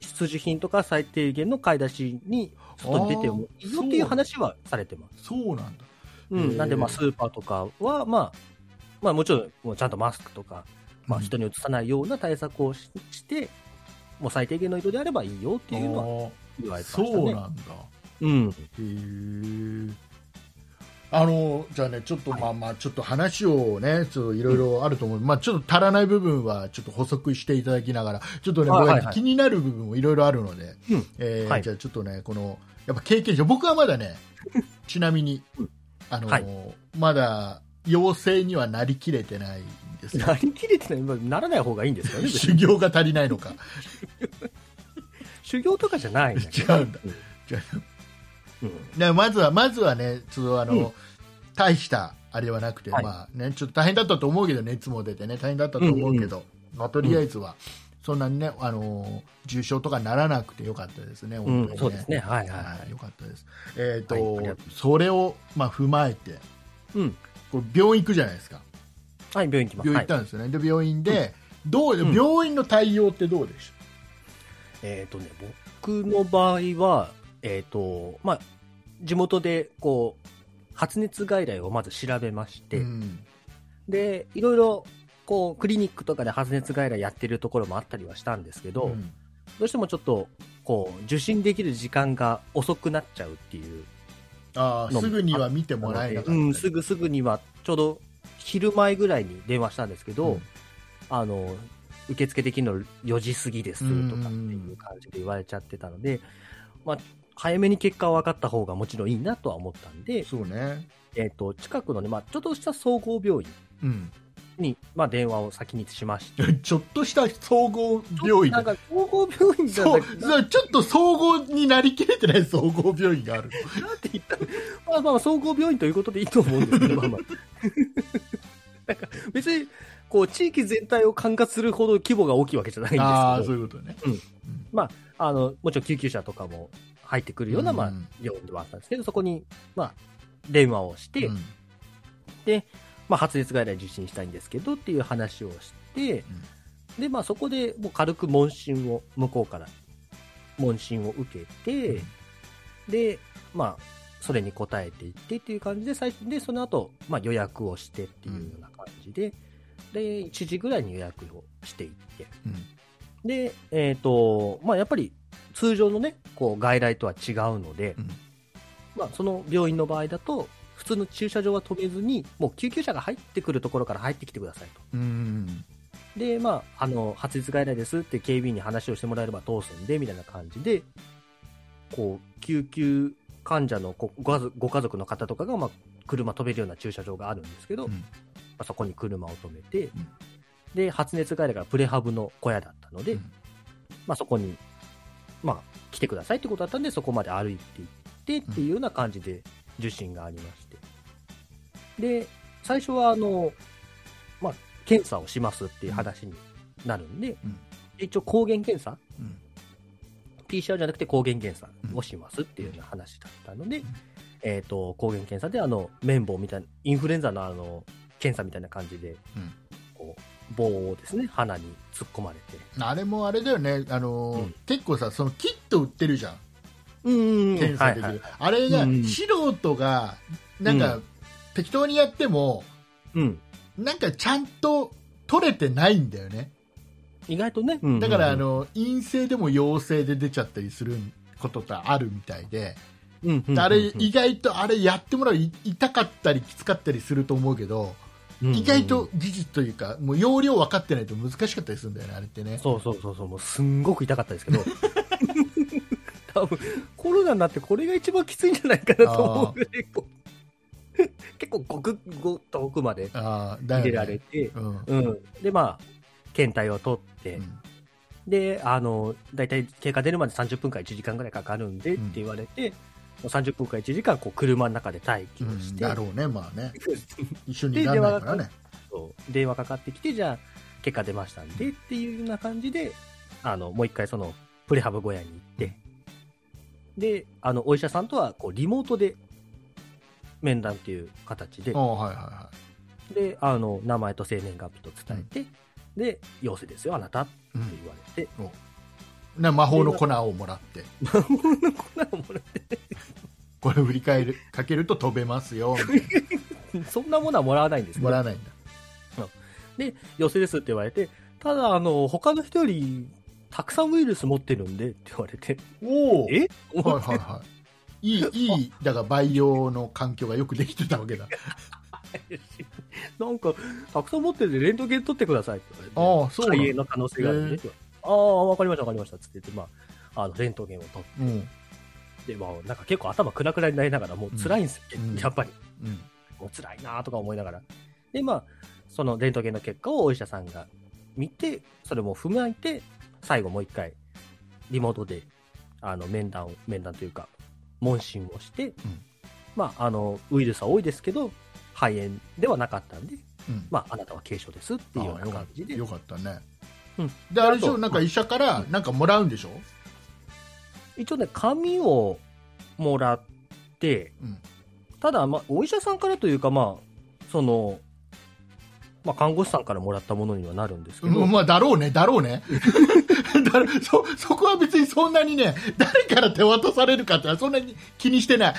C: 必需品とか最低限の買い出しに外に出てもいいよっていう話はされてます。
B: そうなんだ。
C: う
B: へえ
C: ん。なんで、まあ、スーパーとかは、まあ、まあ、もちろん、もうちゃんとマスクとか、まあ、人にうつさないような対策をしして、もう最低限の移動であればいいよっていうのは言
B: あー
C: われてましたね。
B: そうなんだ。
C: うん。
B: へえ。あのじゃあねちょっと、まあまあちょっと話をねちょっといろいろあると思う、まあちょっと足らない部分はちょっと補足していただきながらちょっとね、
C: はい
B: 僕
C: はいはい
B: 気になる部分もいろいろあるので、
C: うん
B: えー
C: はい
B: じゃあちょっとねこのやっぱ経験者僕はまだねちなみに
C: うん
B: あの、
C: はい
B: まだ陽性にはなりきれてないんですよ
C: なりきれてないまあ、ならない方がいいんですよね。別に
B: 修行が足りないのか
C: 修行とかじゃないんだけ
B: 違
C: ど。
B: うんだ
C: うん。
B: ね、まずは、まずはね、ちょっとあの、
C: うん
B: 大したあれはなくて、
C: はい
B: まあね、ちょっと大変だったと思うけど、熱も出てね、大変だったと思うけど、まあ、とりあえずは、そんなにね、あのー重症とかならなくてよかったですね、
C: う
B: 本当に、
C: ん、そうですね。。はいはい。
B: はい、よかったです。えっ、と、
C: はいありがと
B: それを、まあ、踏まえて、
C: うん。
B: こう病院行くじゃないですか。
C: はい、病院行きます。
B: 病院行
C: はい
B: ったんですよね。で、病院で、どう、
C: うん
B: 病院の対応ってどうでし、
C: えっ、とね、僕の場合は、えっ、と、まあ、地元で、こう、発熱外来をまず調べましてて、
B: うん
C: で、いろいろこう、クリニックとかで発熱外来やってるところもあったりはしたんですけど、
B: うん
C: どうしてもちょっと、こう、受診できる時間が遅くなっちゃうっていう。
B: あーすぐには見てもらえなかった
C: う
B: り
C: ん、すぐすぐには、ちょうど昼前ぐらいに電話したんですけど、
B: うん
C: あの、受付できるの4時過ぎですとかって
B: う
C: い
B: ん
C: う感じで言われちゃってたので、まあ、早めに結果は分かった方がもちろんいいなとは思ったんで、
B: そうね、
C: えっ、と、近くのね、まあ、ちょっとした総合病院
B: うん、
C: に、まあ、電話を先にしまして、
B: ちょっとした総合 病院
C: なんか総合病院じゃな
B: そう
C: くて、
B: そうちょっと総合になりきれてない総合病院がある
C: なんて言ったのまあまあ、総合病院ということでいいと思うんですけど、まあ まあ。なんか別に、こう、地域全体を管轄するほど規模が大きいわけじゃないんですけど、
B: ああ
C: あ
B: ーそういうことね
C: の、もちろん救急車とかも入ってくるような、ま
B: う
C: あ
B: ん、
C: 病院ではあったんですけど、そこに、まあ、電話をして、
B: うん
C: まあ、発熱外来受診したいんですけどっていう話をして、で、まあ、そこでもう軽く問診を、向こうから問診を受けて、
B: うん
C: で、まあ、それに答えていってっていう感じで、最で、その後、まあ、予約をしてっていうような感じで、で、1時ぐらいに予約をしていって、
B: うん
C: で、えっ、と、まあ、やっぱり通常のね、こう、外来とは違うので、
B: うん
C: まあ、その病院の場合だと、普通の駐車場は止めずに、もう救急車が入ってくるところから入ってきてくださいと。
B: うん
C: で、まあ、あの、発熱外来ですって警備員に話をしてもらえれば通すんで、みたいな感じで、こう、救急患者のごご家族ご家族の方とかが、まあ、車止めるような駐車場があるんですけど、
B: うん
C: まあ、そこに車を止めて、
B: ん
C: で、発熱外来がプレハブの小屋だったので、
B: うん
C: まあ、そこに、まあ、来てくださいってことだったんで、そこまで歩いて行ってっていうような感じで受診がありまして。で、最初は、あの、まあ、検査をしますっていう話になるんで、
B: うん
C: 一応抗原検査
B: うん、
C: PCR じゃなくて抗原検査
B: うん
C: をしますっていうような話だったので、
B: ん
C: えっ、と、抗原検査で、あの、綿棒みたいな、インフルエンザのあの、検査みたいな感じで、
B: うん
C: こう、棒をですね、鼻に突っ込まれて。
B: あれもあれだよね、あのー
C: うん
B: 結構さそのキット売ってるじゃん
C: うん
B: 検査できる、
C: はいはい、
B: あれが、
C: うん
B: 素人がなんか、
C: う
B: 適当にやっても
C: うん。
B: なんかちゃんと取れてないんだよね
C: 意外とね。
B: だから、
C: うん
B: あ、の陰性でも陽性で出ちゃったりすることってあるみたいで、
C: うんうんうんうん
B: あれ意外とあれやってもらうい痛かったりきつかったりすると思うけど、
C: うんうん
B: 意外と技術というかもう容量分かってないと難しかったりするんだよねあれってね
C: そうそうそうそう、もうすんごく痛かったですけど。多分コロナになってこれが一番きついんじゃないかなと思うぐらいこう結構ごくごっと奥まで
B: ああだよ
C: 入
B: ね
C: れられて、
B: うん
C: うん、でまあ検体を取って、
B: うん
C: であの大体経過出るまで30分から1時間ぐらいかかるんでって言われて、もう30分から1時間こう車の中で待機
B: う
C: を
B: ん
C: して、
B: だろうねまあね一緒に
C: で
B: ならないから
C: 電話が
B: ね
C: そう電話かかってきて、じゃあ、結果出ましたんでっていうような感じで、あのもう一回、そのプレハブ小屋に行って、で、あのお医者さんとはこうリモートで面談っていう形で
B: あ、あはいはいは
C: であの名前と生年月日と伝えて、で、陽性ですよ、あなたって
B: い、
C: 言われて、
B: うん、な魔法の粉をもらって
C: こんなのもらって
B: これ振り返るかけると飛べますよみたい
C: そんなものはもらわないんです
B: な
C: け
B: も
C: ど
B: らわないん だ
C: で、陽性ですって言われて、ただ、あの他の人よりたくさんウイルス持ってるんでって言われて、
B: おお
C: え
B: はいはいはいいいいいだから培養の環境がよくできてたわけ だ
C: なんか、たくさん持ってるんで、レントゲン取ってくださいって言われて、
B: ああそうなんだ
C: 肺炎の可能性があるんでって言われて、ああ、わかりました、わかりました、つって言って、まあ、あの、レントゲンを取
B: うん
C: って、まあ、なんか結構頭くらくらになりながら、もう辛いんですよ、
B: うん
C: やっぱり。
B: うん
C: もう辛いなとか思いながら。で、まあ、そのレントゲンの結果をお医者さんが見て、それも踏まえて、最後もう一回、リモートで、あの、面談を、面談というか、問診をして、まあ、あの、ウイルスは多いですけど、肺炎ではなかったんで、
B: うん
C: まあ、あなたは軽症ですっていうような感じで
B: よ、かったね、
C: うん
B: であれでし
C: あ
B: ょ
C: と
B: なんか医者からなんかもらうんでしょ、
C: 一応ね、紙をもらって、
B: うん
C: ただ、まあ、お医者さんからというか、まあ、その、まあ、看護師さんからもらったものにはなるんですけど、
B: うんまあだろうねだろう ねだろそそこは別にそんなにね誰から手渡されるかってそんなに気にしてない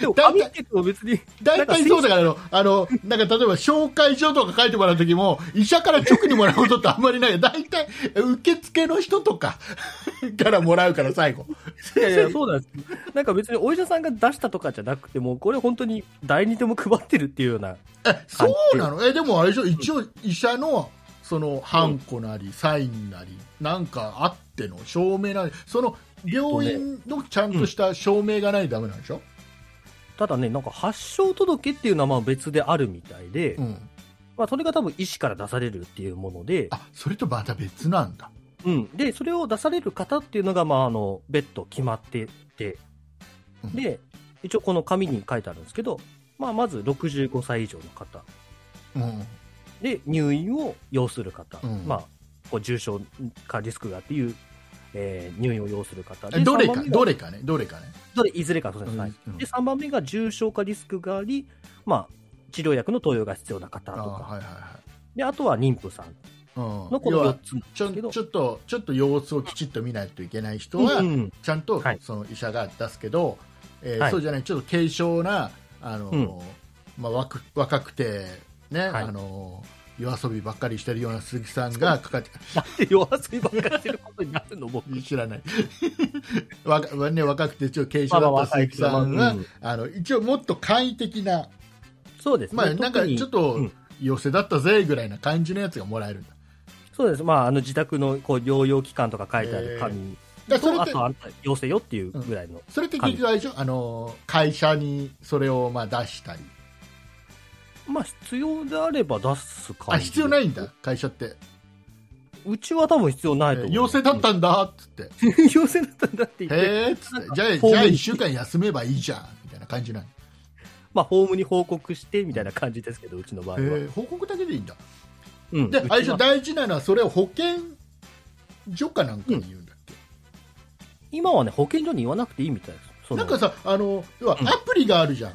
C: でも、
B: だいたい
C: 紙って言っても別に、
B: 大体そうだからあの、あの、なんか例えば紹介状とか書いてもらうときも、医者から直にもらうことってあんまりない。大体、受付の人とかからもらうから、最後。
C: いやいや、 そうなんです。なんか別にお医者さんが出したとかじゃなくても、これ本当に誰にでも配ってるっていうような。
B: え、そうなのえ、でもあれでしょ一応医者の、その、ハンコなり、サインなり、なんかあっての、証明なり、その、病院のちゃんとした証明がないとダメなんでしょ
C: ただね、なんか発症届っていうのはまあ別であるみたいで、
B: うん。
C: まあそれが多分医師から出されるっていうもので、
B: あ、それとまた別なんだ。
C: うん。で、それを出される方っていうのが、まああの、別途決まってて
B: う、ん
C: で、一応この紙に書いてあるんですけど、まあまず65歳以上の方、
B: うん。
C: で、入院を要する方、
B: うん
C: まあ、こう重症化リスクがっていう、えー入院を要する方
B: えどれ
C: 三
B: か、
C: 番目が
B: どれかね、どれかね。
C: どれいずれかそうです、はい
B: うん
C: で、3番目が重症化リスクがあり、まあ、治療薬の投与が必要な方
B: あ
C: と
B: ー
C: か、
B: はいはい
C: であとは妊婦さん
B: はい。う
C: の
B: ん。
C: こ
B: 要
C: の
B: は
C: 4つなんで
B: ちょ
C: すけど、
B: ちょっとちょっと様子をきちっと見ないといけない人
C: うん
B: は、
C: うん
B: ちゃんと
C: はい
B: その医者が出すけど、えー
C: はい
B: そうじゃない、ちょっと軽症な、あのーまあ、若若くて、ね
C: はい
B: あのー夜遊びばっかりしてるような鈴木さんがかかって
C: なんで弱すぎばっかりしてることになるの、僕。
B: 知らない 若,、ね、若くてちょっと軽症だった鈴木さん
C: まあま
B: が
C: あうん
B: あの一応もっと簡易的な、
C: そうですね。
B: まあ、なんか
C: 特に
B: ちょっと
C: うん
B: 寄せだったぜぐらいな感じのやつがもらえるんだ
C: そうです。まあ、あの、自宅のこう療養期間とか書いてある紙
B: えーだからそれ
C: と、あ
B: って
C: と、あんた、要請よっていうぐらいの。
B: それって結局あれでしょあのー会社にそれをまあ出したり
C: まあ、必要であれば出す感
B: あ
C: じ。
B: 必要ないんだ。会社って
C: うちは多分必要ないと思う。
B: 陽性だったんだっつって、
C: うん。 陽性だったんだって言って。
B: へえっつってじゃあ
C: フォームに
B: じゃあ1週間休めばいいじゃんみたいな感じなんへ
C: まあ、ホームに報告してみたいな感じですけど、うちの場合は。
B: え報告だけでいいんだ
C: うん、
B: で
C: うちは
B: あれでしょ大事なのはそれを保健所かなんかに言うんだっけ、
C: 今はね、保健所に言わなくていいみたいです。そ
B: な
C: の
B: んかさあの要は
C: うん
B: アプリがあるじゃん、
C: あ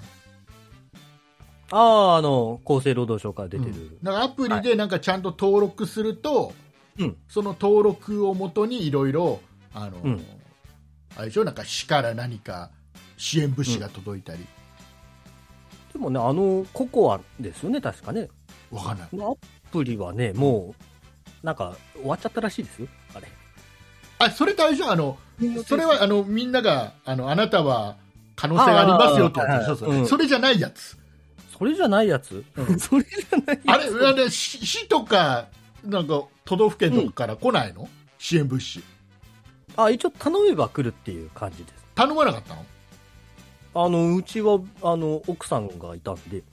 C: あ、あの、厚生労働省から出てる。
B: うんなんかアプリでなんかちゃんと登録すると、
C: うん
B: その登録をもとにいろいろあの、
C: うん
B: あれでしょなんか市から何か支援物資が届いたり、
C: でもね、あの、ココアですよね、確かね。
B: わかんない
C: アプリはね、もう、なんか、終わっちゃったらしいですよ、あれ。
B: あそれ大丈夫あのそれはあのみんながあのあなたは可能性がありますよってやつ
C: あ
B: そ
C: ー
B: うそう
C: うん
B: それじゃないやつ、
C: それじゃないやつ、
B: うん
C: それじゃない
B: あ
C: や
B: れ
C: つ
B: あれ市市とかなんか都道府県とかから来ないの、支援物資
C: あ一応頼めば来るっていう感じです。
B: 頼まなかったの
C: あの、うちは、あの、奥さんがいたんで、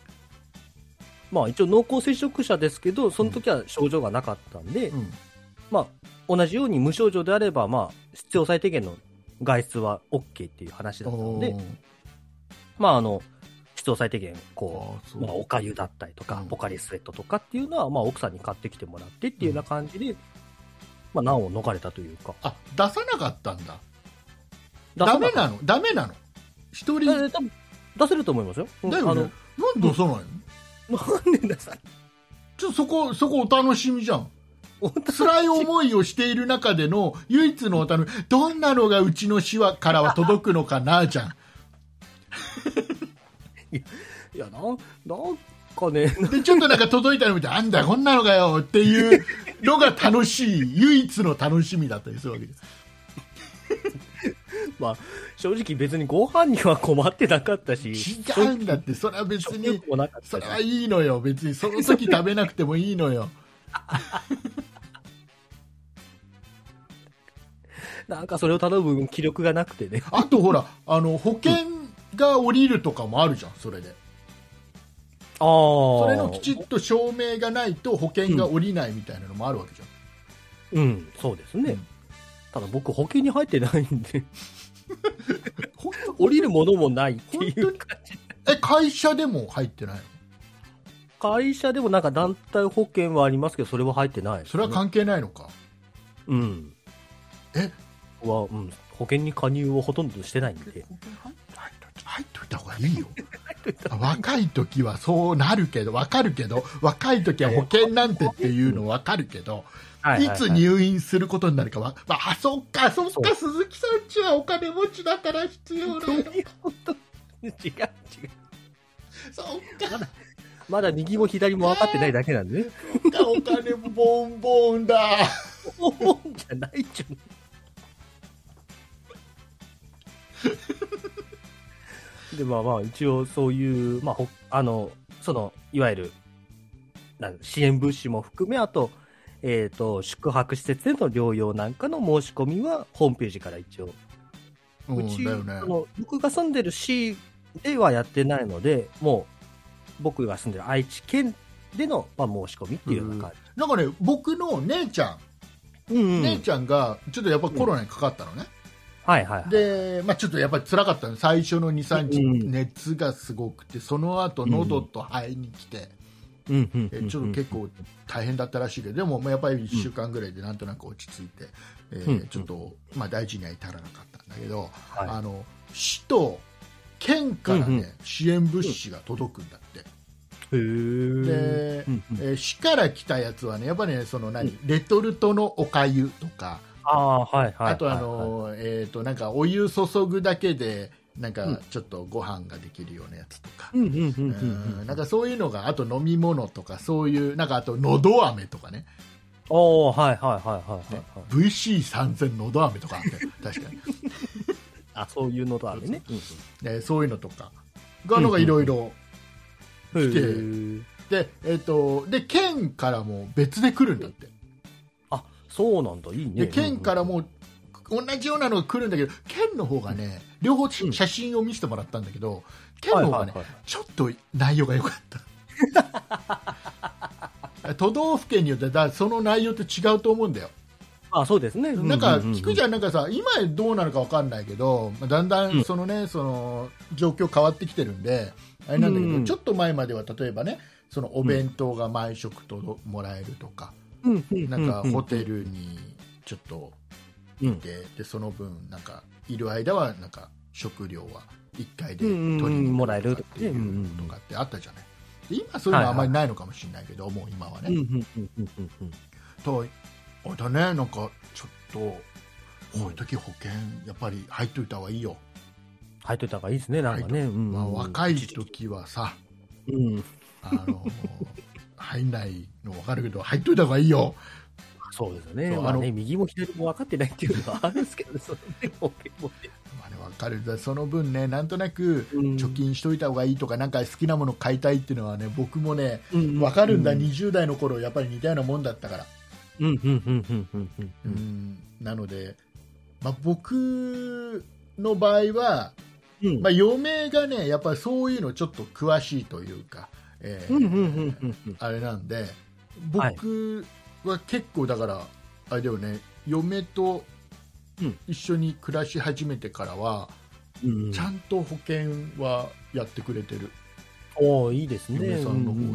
C: まあ一応濃厚接触者ですけど、その時は症状がなかったんで、
B: うん
C: まあ、同じように無症状であれば、まあ、必要最低限の外出は OK っていう話だったの
B: お
C: で
B: ー、
C: まあ、あの、必要最低限、
B: あ
C: こ、
B: ーそう
C: まあ、おかゆだったりとか
B: う、ん
C: ポカリスエットとかっていうのは、まあ、奥さんに買ってきてもらってっていうような感じで、まあ、難を逃れたというか。
B: あ出さなかったんだダメなのダメなの一人
C: 出
B: だ
C: さなかったえー多分出せると思いますよ。うん
B: よねなんで出さないの、
C: あの、なんで出さない
B: ちょっとそこそこお楽しみじゃん
C: 本当
B: 辛い思いをしている中での唯一のお楽しみどんなのがうちの市はからは届くのかなじゃん
C: いや、なん、なんかね、
B: でちょっとなんか届いたの見て、あんだ、こんなのかよっていうのが楽しい、唯一の楽しみだったりするわけです。
C: 正直別にご飯には困ってなかったし、
B: 違うんだって、それは別
C: 食
B: に
C: 欲、もなかった
B: そ
C: し
B: れはいいのよ、別に、その時食べなくてもいいのよ。
C: なんかそれを頼む気力がなくてね。
B: あとほら、あの、保険が降りるとかもあるじゃん、それで。
C: ああ。そ
B: それのきちっと証明がないと保険が降りないみたいなのもあるわけじゃん。
C: うん、そうですね。
B: うん
C: ただ僕、保険に入ってない んで、
B: ほんと
C: 降りるものもないってい
B: 本当
C: う
B: に
C: 感じ。
B: え、会社でも入ってないの
C: 会社でもなんか団体保険はありますけど、それは入ってないですね、
B: それは関係ないのか。
C: うん。
B: え
C: は、うん、保険に加入をほとんどしてないんで。
B: 保険入っ入っといた方がいいよ若い時はそうなるけどわかるけど若い時は保険なんてっていうのわかるけど、
C: はいはは
B: つ入院することになるかは、まあ、あそっかそっ
C: そう
B: か鈴木さんちはお金持ちだから必要なの
C: そういうこと違う違う。
B: そうか
C: まだ右も左も分かってないだけなんでね。
B: そっかお金ボンボンだ
C: お盆じゃないじゃん。 で、まあまあ、一応そういう、まあ、ほあの、その、いわゆる、なん支援物資も含め、あと、えっ、と、宿泊施設での療養なんかの申し込みは、ホームページから一応。
B: う
C: うんち、
B: だよね
C: あの僕が住んでる市ではやってないので、もう、僕が住んでる愛知県での、まあ、申し込みっていうような感じ。
B: なんかね僕の姉ちゃん、
C: うん、うん
B: 姉ちゃんがちょっとやっぱコロナにかかったのね、
C: はいはいはい。
B: で、まあ、ちょっとやっぱり辛かったの最初の23日、
C: うん
B: 熱がすごくてその後喉と肺に来て、
C: うんうんうんう
B: え
C: ん
B: ちょっと結構大変だったらしいけどでもまあやっぱり1週間ぐらいでなんとなく落ち着いて、えー
C: うん
B: ちょっと、まあ、大事には至らなかったんだけど、
C: はい
B: あの市と県から、ね
C: うんうん
B: 支援物資が届くんだって。
C: へえ。
B: で
C: うんうん
B: えー市から来たやつはね、やっぱりね、その何、レトルトのおかゆとか、
C: ああー、はいはいはい。
B: あとあ
C: はい、
B: の、えっ、と、なんかお湯注ぐだけで、なん
C: うん
B: かちょっとご飯ができるようなやつとか
C: う、んうんうんう
B: うん
C: ん。
B: なんかそういうのが、あと飲み物とか、そういう、なんかあと、のど飴とかね、
C: おおはいはいはいはいはいはい。
B: VC3000 のど飴とかあ って、確かに、
C: あ、そういうのとあるね。
B: えーそういうのとかが、なんかいろいろ、
C: へ
B: 来て
C: え。
B: で、えっ、と、で、県からも別で来るんだって。
C: あ、そうなんだ。いいね。
B: で県からも同じようなのが来るんだけど県の方がね両方
C: うん
B: 写真を見せてもらったんだけど県
C: うんう
B: の
C: ん、
B: 方が
C: はい
B: ね
C: はいはい。
B: ちょっと内容が良かった 都道府県によってだその内容って違うと思うんだよ
C: あ、そうですね。
B: なんか聞くじ
C: ゃ
B: ゃんなんかさ今どうなるか分かんないけどまあだんだ
C: うん
B: んそのねその状況変わってきてるんであれなんだけ
C: う
B: ど
C: ん
B: ちょっと前までは例えばねそのお弁当が毎食とどもらえるとか
C: ん。うんうん。
B: なんか
C: う
B: ホテルにちょっと
C: うん
B: ってでその分なんかいる間はなんか食料は1回で
C: う
B: 取り
C: んうんうん
B: に行く
C: もらえる
B: とかっていうのとかってあったじゃない、で今そういうのはあまりないのかもしれないけど、もう今は
C: うんう
B: ね、
C: んうんうんうんうん。
B: とあれだねなんかちょっとこういう時保険やっぱり入っといた方がいいよ、
C: 入っといた方がいいですね、なんかね。うん
B: まあ、若い。
C: うん
B: 時はさ
C: うん。
B: あの 入んないの分かるけど入っといた方がいいよ
C: そうですよね。
B: そう
C: まあ
B: あ
C: ね、
B: の
C: 右も左も分かってないっていうのはあるんですけどね、そのね、もう
B: あれ分かるその分ねなんとなく
C: うん
B: 貯金しといた方がいいとかなんか好きなもの買いたいっていうのはね僕もね
C: うん
B: わかるんだ、
C: うん
B: 20代の頃やっぱり似たようなもんだったから、
C: うんうんうんうんうんうんう。
B: うんんなので、まあ、僕の場合は、
C: うん
B: まあ、嫁がねやっぱりそういうのちょっと詳しいというか、えー
C: うんうんうんうんうん。
B: あれなんで僕は結構だからあれだよね嫁と
C: うん
B: 一緒に暮らし始めてからは、
C: うん
B: ちゃんと保険はやってくれてる、
C: おーいいですね。
B: 嫁さんの方で、う
C: う
B: ん
C: ん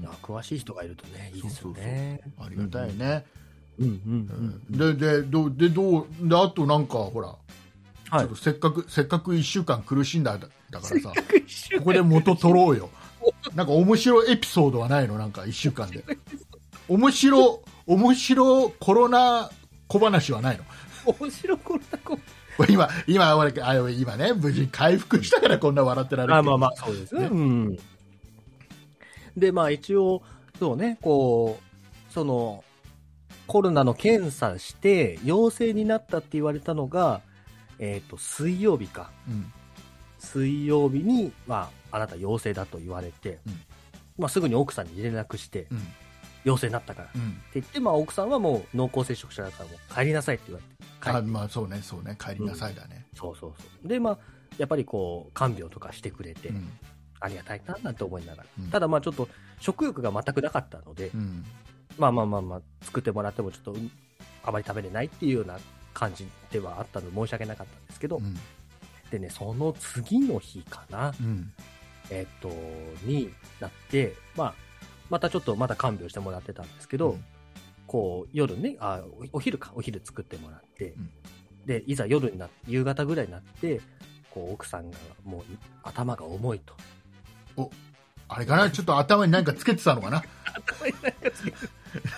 C: いや詳しい人がいるとね、いいですよね。
B: ありがたいね、
C: うん
B: う
C: う
B: ん
C: んうん。
B: ででどうでどうであとなんかほら
C: は
B: ちょ
C: い
B: っと。せっかくせっかく1週間苦しんだだだからさ、こ
C: 各 一週
B: こで元取ろうよ。なんか面白いエピソードはないのなんか1週間で。面白、面白コロナ小話はないの
C: 面白これだこ。
B: 今、今、俺あ今ね、無事回復したからこんな笑ってられる。
C: あまあまあ、そうですね。
B: ね
C: うん。で、まあ一応、そうね、こう、その、コロナの検査して、陽性になったって言われたのが、えっ、と、水曜日か。
B: うん。
C: 水曜日に、まあ、あなた陽性だと言われて、
B: うん
C: まあすぐに奥さんに連絡して、
B: うん。
C: 陽性になったから。
B: うん。
C: って言って、まあ、奥さんはもう濃厚接触者だからもう帰りなさいって言われて帰
B: あ
C: って
B: まあそうね、そうね、帰りなさいだね。
C: そうそうそうでまあやっぱりこう看病とかしてくれて、
B: うん。
C: ありがたいななんて思いながら、
B: うん
C: ただまあちょっと食欲が全くなかったので、
B: うん。
C: まあまあまあまあ作ってもらってもちょっとうんあまり食べれないっていうような感じではあったので申し訳なかったんですけど、
B: うん。
C: でねその次の日かな
B: うん。
C: えっとになってまあまたちょっとまた看病してもらってたんですけど、
B: うん
C: こう夜ねあおお昼かお昼作ってもらって、
B: ん
C: でいざ夜にな夕方ぐらいになってこう奥さんがもう頭が重いと
B: あれかなちょっと頭に何かつけてたのかな
C: 頭になんかつけて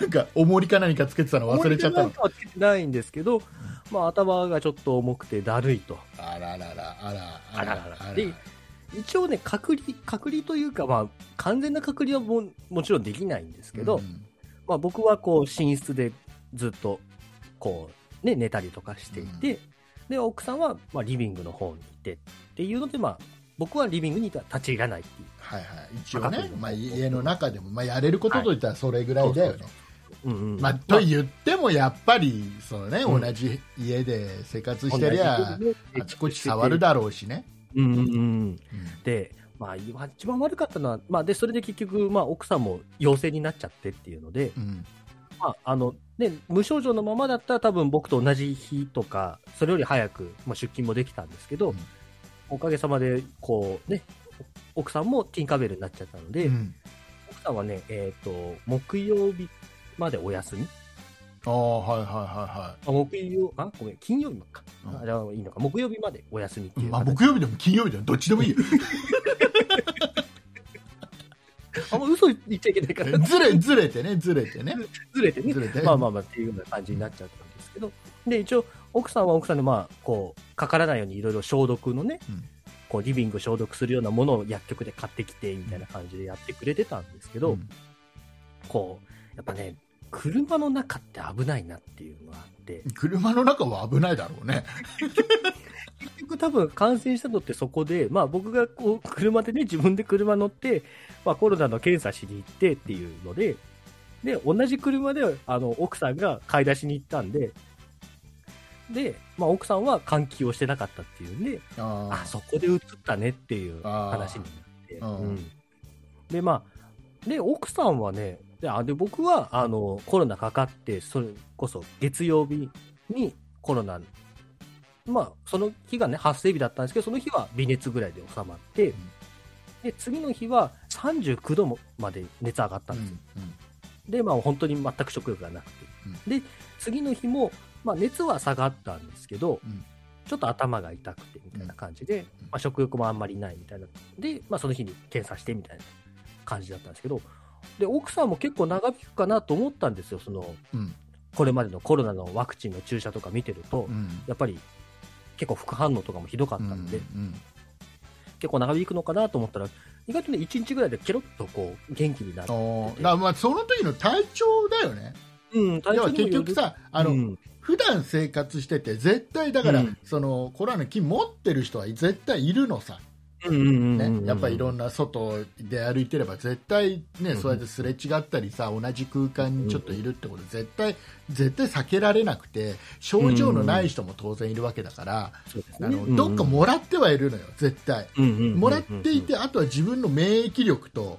B: なんか、重りか何かつけてたの忘れちゃった
C: なん
B: の。
C: かはつけてないんですけどまあ、頭がちょっと重くてだるいと。
B: あららら、あら、
C: あらららで一応ね、隔離、隔離というか、まあ、完全な隔離はももちろんできないんですけど、
B: うん
C: まあ、僕はこう寝室でずっとこう、ね、寝たりとかしていて、で奥さんはまあリビングの方にいてっていうので、まあ、僕はリビングに立ち入らないっていう
B: はいはい、一応
C: 赤く
B: ね
C: い、う
B: まあ、家の中でも、まあ、やれることといったらそれぐらいだよね。
C: うんうん
B: まあ、と言ってもやっぱりその、ね
C: うん
B: 同じ家で生活
C: ま
B: し
C: あ
B: てりゃ
C: 同じことで
B: あちこち触るだろうしね。
C: うんうんう
B: う
C: ん
B: ん
C: で、まあ、一番悪かったのは、まあ、でそれで結局、まあ、奥さんも陽性になっちゃってっていうので、
B: うん
C: まああのね、無症状のままだったら多分僕と同じ日とかそれより早く、まあ、出勤もできたんですけど、
B: うん
C: おかげさまでこう、ね、奥さんもティンカーベルになっちゃったので、
B: うん
C: 奥さんはね、えー、と木曜日までお休み
B: ああはいはいは
C: あ木曜あごめん金曜日か、
B: うん
C: あじゃあいいのか木曜日までお休みって
B: いはい
C: いう、
B: まあ、木曜日でも金曜日でもどっちでも いいよ
C: あんま嘘言っちゃいけないから
B: ずれずれてねずれてね
C: ずれてね
B: ずれて
C: まあまあまあっていうような感じになっちゃったんですけど、で、一応、奥さんは奥さんで、まあ、こう、かからないようにいろいろ消毒のね、
B: うん
C: こう、リビング消毒するようなものを薬局で買ってきて、みたいな感じでやってくれてたんですけど、
B: うん
C: こう、やっぱね、車の中って危ないなっていうのがあって、
B: 車の中は危ないだろうね
C: 結局多分感染したのってそこで、まあ僕がこう、車でね、自分で車乗って、まあコロナの検査しに行ってっていうので、で、同じ車で、あの、奥さんが買い出しに行ったんで、で、まあ奥さんは換気をしてなかったっていうんで、
B: あ
C: あ、そこで移ったねっていう話になって、
B: あーうん
C: うんで、まあ、で、奥さんはね、で、あで僕は、あの、コロナかかって、それこそ月曜日にコロナ、まあ、その日がね、発生日だったんですけど、その日は微熱ぐらいで収まって、
B: ん
C: で、次の日は39度もまで熱上がった
B: うん
C: ですよ
B: んうん
C: で、まあ、本当に全く食欲がなくて、で次の日も、まあ、熱は下がったんですけど、
B: うん
C: ちょっと頭が痛くてみたいな感じで、まあ、食欲もあんまりないみたいなで、まあ、その日に検査してみたいな感じだったんですけどで奥さんも結構長引くかなと思ったんですよその
B: うん
C: これまでのコロナのワクチンの注射とか見てると、
B: うん
C: やっぱり結構副反応とかもひどかったので、
B: うん
C: 結構長引くのかなと思ったら意外とね1日ぐらいでケロッとこう元気になって
B: あ、ーだからまあその時の体調だよね
C: うん、体
B: 要
C: 調
B: は
C: にも
B: 結
C: よる
B: 局さあの、
C: うん
B: 普段生活してて絶対だから、
C: うん
B: そのコロナの菌持ってる人は絶対いるのさ、
C: うんうんうんうん
B: ね、やっぱりいろ
C: な、
B: んな外で歩いてれば絶対、ね、
C: うん
B: そうやってすれ違ったりさ同じ空間にちょっといるってこと絶対絶対避けられなくて症状のない人も当然いるわけだから、
C: そうです
B: あ
C: ね
B: のどっか、もらってはいるのよ絶対。
C: うんうんうんうん
B: もらってい、てあとは自分の免疫力と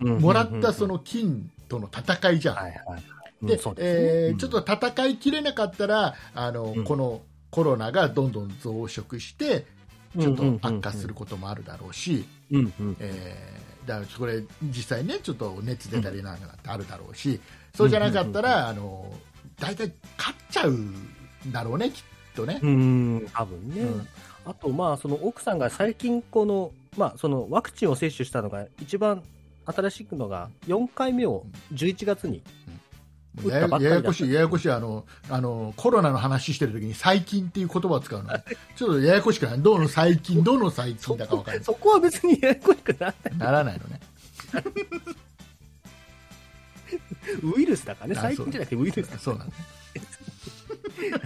C: うんうんうん
B: もらったそ、の菌との戦いじゃん
C: はい。はいはい、
B: で
C: うんそうですね
B: え
C: う
B: ー
C: ん
B: ちょっと戦いきれなかったらあの、
C: うん
B: このコロナがどんどん増殖してちょっと悪化する、こともあるだろうし、
C: うんうん
B: えーだからこれ実際ねちょっと熱出たりなんかってあるだろうし、そうじゃなかったら、あの大体勝っちゃうんだろうねきっとね
C: う。ん、うん多分ね、
B: うん
C: あと、まあ、その奥さんが最近、この、まあ、そのワクチンを接種したのが、一番新しくのが、4回目を11月に、打っ
B: や
C: たばっかりだ
B: や
C: った
B: やこしい、ややこしいあのあの、コロナの話してるときに最近っていう言葉を使うの、ちょっとややこしくない、どの最近、どの最近だか分から
C: そこは別にややこしくない、
B: ない、ならないのね、
C: ウイルスだからね、
B: あ
C: 最近じゃなくてウイルスだ
B: そうなの、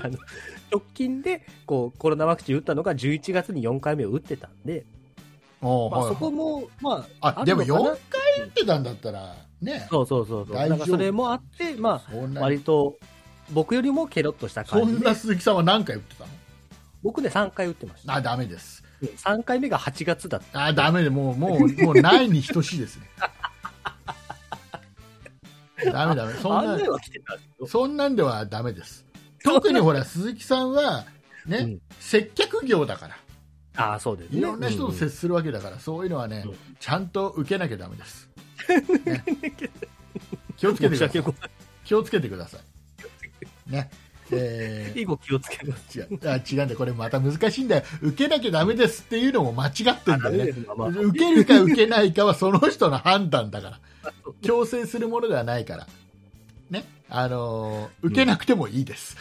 C: あの直近でこうコロナワクチン打ったのが11月に4回目を打ってたんで、
B: おー
C: まあ、
B: はいは
C: そ
B: い
C: こも、まあ、
B: あでも
C: るのかな
B: 4回打ってたんだったらね、
C: そうそうそうそう、
B: 大丈夫
C: なんかそれもあって、ま
B: そん
C: あ、
B: な
C: 割と僕よりもケロッとした
B: そ
C: 感じ
B: ん
C: で
B: な、鈴木さんは何回打ってたの
C: 僕ね、3回打ってました、
B: あダメです、
C: 3回目が8月だった、
B: あダメでもうもうもうないに等しいですね、ダメダメそん
C: 案
B: な
C: 内は来てたんですけど、
B: そんなんではダメです、特にほら、鈴木さんはね、
C: うん
B: 接客業だから、
C: ああ、そうですね、
B: いろんな人と接するわけだから、そういうのはね
C: うん、
B: ちゃんと受けなきゃダメ です。ね気をつけてくだ
C: 申し
B: さい
C: 訳ございま
B: 気をつけてください。ね。え
C: せん
B: ー
C: 以後気をつけます。
B: 違うあ違うんだよこれまた難しいんだよ受けなきゃダメですっていうのも間違ってんだよ
C: ダメで
B: ね
C: すまあまあ
B: 受けるか受けないかはその人の判断だから
C: そう
B: 強制するものではないからねあのー受けなくてもいいです、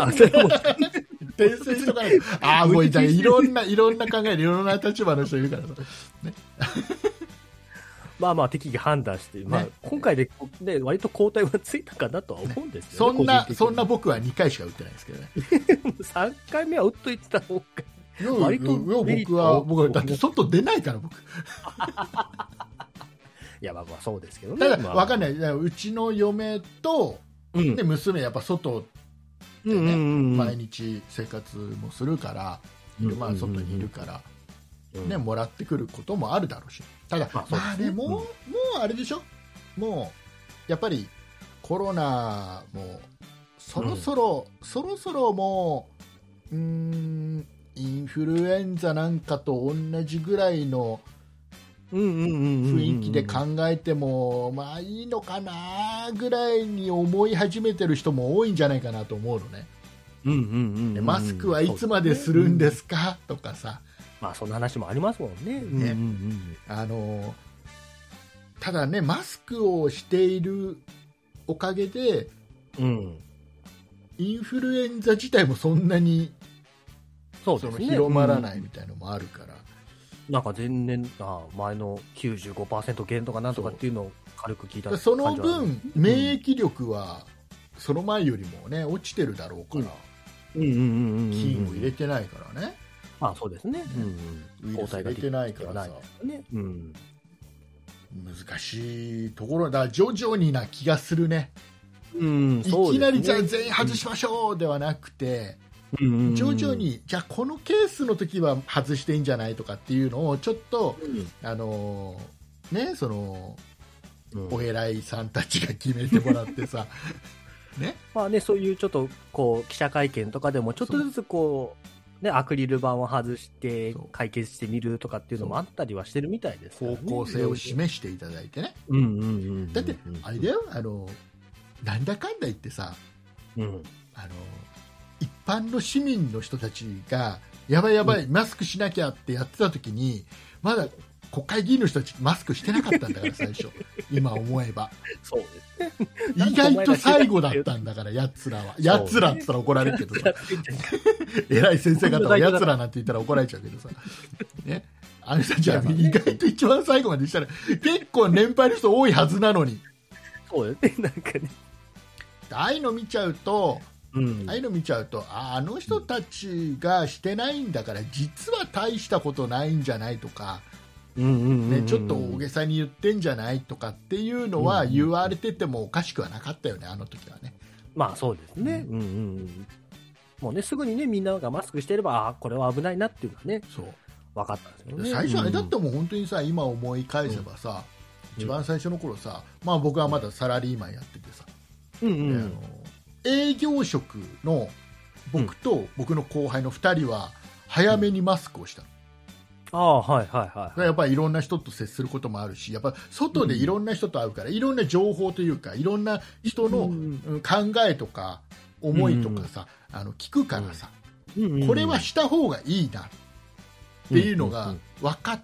C: あそれも
B: 転生しとかないとああもうじゃあいろんないろんな考えでいろんな立場の人いるからさ
C: まあまあ適宜判断して、まあ
B: ね、
C: 今回で、ね、割と交代はついたかなとは思うんですよ、
B: そ
C: ね、
B: んな
C: 個人的に
B: そんな僕は2回しか打ってないですけどね
C: 3回目は打っといてた方が
B: 割
C: 割と
B: と
C: メリット
B: 僕は僕はだって外出ないから僕
C: いやまあまあそうですけどね
B: ただ
C: まあ
B: わかんないだからうちの嫁と
C: うん
B: で娘やっぱ外
C: うんうんうん
B: 毎日生活もするから、
C: うん
B: まあ、外にいるから、
C: うん
B: ね、もらってくることもあるだろうし、ただ、
C: ま
B: ま
C: あ
B: あ
C: そうですね
B: でも、
C: うん
B: もうあれでしょ、もうやっぱりコロナもそろそろ、そろそろもう、うーん、インフルエンザなんかと同じぐらいの
C: 雰
B: 雰囲気で考えても、まあいいのかなぐらいに思い始めてる人も多いんじゃないかなと思うのね、
C: うんうんうんう
B: で
C: ん
B: マスクはいつまでするんで
C: そう
B: すかとかさ。
C: ねまあそんな話もありますもんね
B: ね
C: うんうん
B: あのただね、マスクをしているおかげで、
C: うんうん
B: インフルエンザ自体もそんなに
C: そう
B: そ
C: で
B: の
C: すね
B: 広まらな
C: う
B: い
C: ん
B: みたいなのもあるから、
C: なんか前年あ前の95%減とかなんとかっていうのを軽く聞い
B: だか
C: た
B: らその
C: 感じはある
B: 分、免疫力はその前よりも、ね、落ちてるだろうから、
C: うんうんうんうんうん
B: 菌を入れてないからね、
C: まあそうですねうん
B: ウイルス入れてないからさ、
C: うんねうん
B: 難しいところだ、徐々にな気がするね、
C: うん
B: い
C: そう
B: き
C: ですね
B: なりじゃあ全員外しましょうではなくて。
C: うんうんうん
B: 徐々に、じゃあこのケースの時は外していいんじゃないとかっていうのをちょっと、あのーね、その
C: うん
B: お偉いさんたちが決めてもらって さね、
C: まあね、そういうちょっとこう記者会見とかでもちょっとずつこう、ね、アクリル板を外して
B: そう
C: 解決してみるとかっていうのもあったりはしてるみたいですから
B: 方
C: ね、
B: 向性を示していただいてね
C: うんうんうんうん
B: だってあれだよ、あのなんだかんだ言ってさ
C: うん
B: あの一般の市民の人たちがやばいやばい、マスクしなきゃってやってた時にまだ国会議員の人たちマスクしてなかったんだ から最初今思えば。
C: そうです ね。
B: 意外と最後だったんだから、やつらは。やつらって言ったら怒られるけどさ、偉い先生方はやつらなんて言ったら怒られちゃうけど さ、ね、あの人たちは意外と一番最後までしたら、結構年配の人多いはずなのに、
C: そうですね、なんかね。
B: ああいうの見ちゃうと、
C: うん
B: ああいうの見ちゃうと、ああの人たちがしてないんだから、実は大したことないんじゃないとか、
C: うんうんうんう
B: ね、
C: ん
B: ちょっと大げさに言ってんじゃないとかっていうのは言われててもおかしくはなかったよね、あの時はね。
C: まあそうですね。うんうんうんもうね、すぐにね、みんながマスクしてれば、ああ、これは危ないなっていうのはね、
B: そう
C: 分かったんですよね。
B: 最初あれだっ
C: う
B: てもう本当にさ今思い返せばさ、
C: うん
B: 一番最初の頃さ、まあ、僕はまだサラリーマンやっててさ、
C: んうんう
B: であ
C: ん
B: の営業職の僕と僕の後輩の2人は早めにマスクをした、
C: ああ、はいはいはい
B: こ。れはやっぱりいろんな人と接することもあるしやっぱ外でいろんな人と会うから、いろんな情報というかいろんな人の
C: うん
B: うん考えとか思いとかさ、あの聞くからさ、これは
C: っ
B: した方がいいなっていうのが分かっ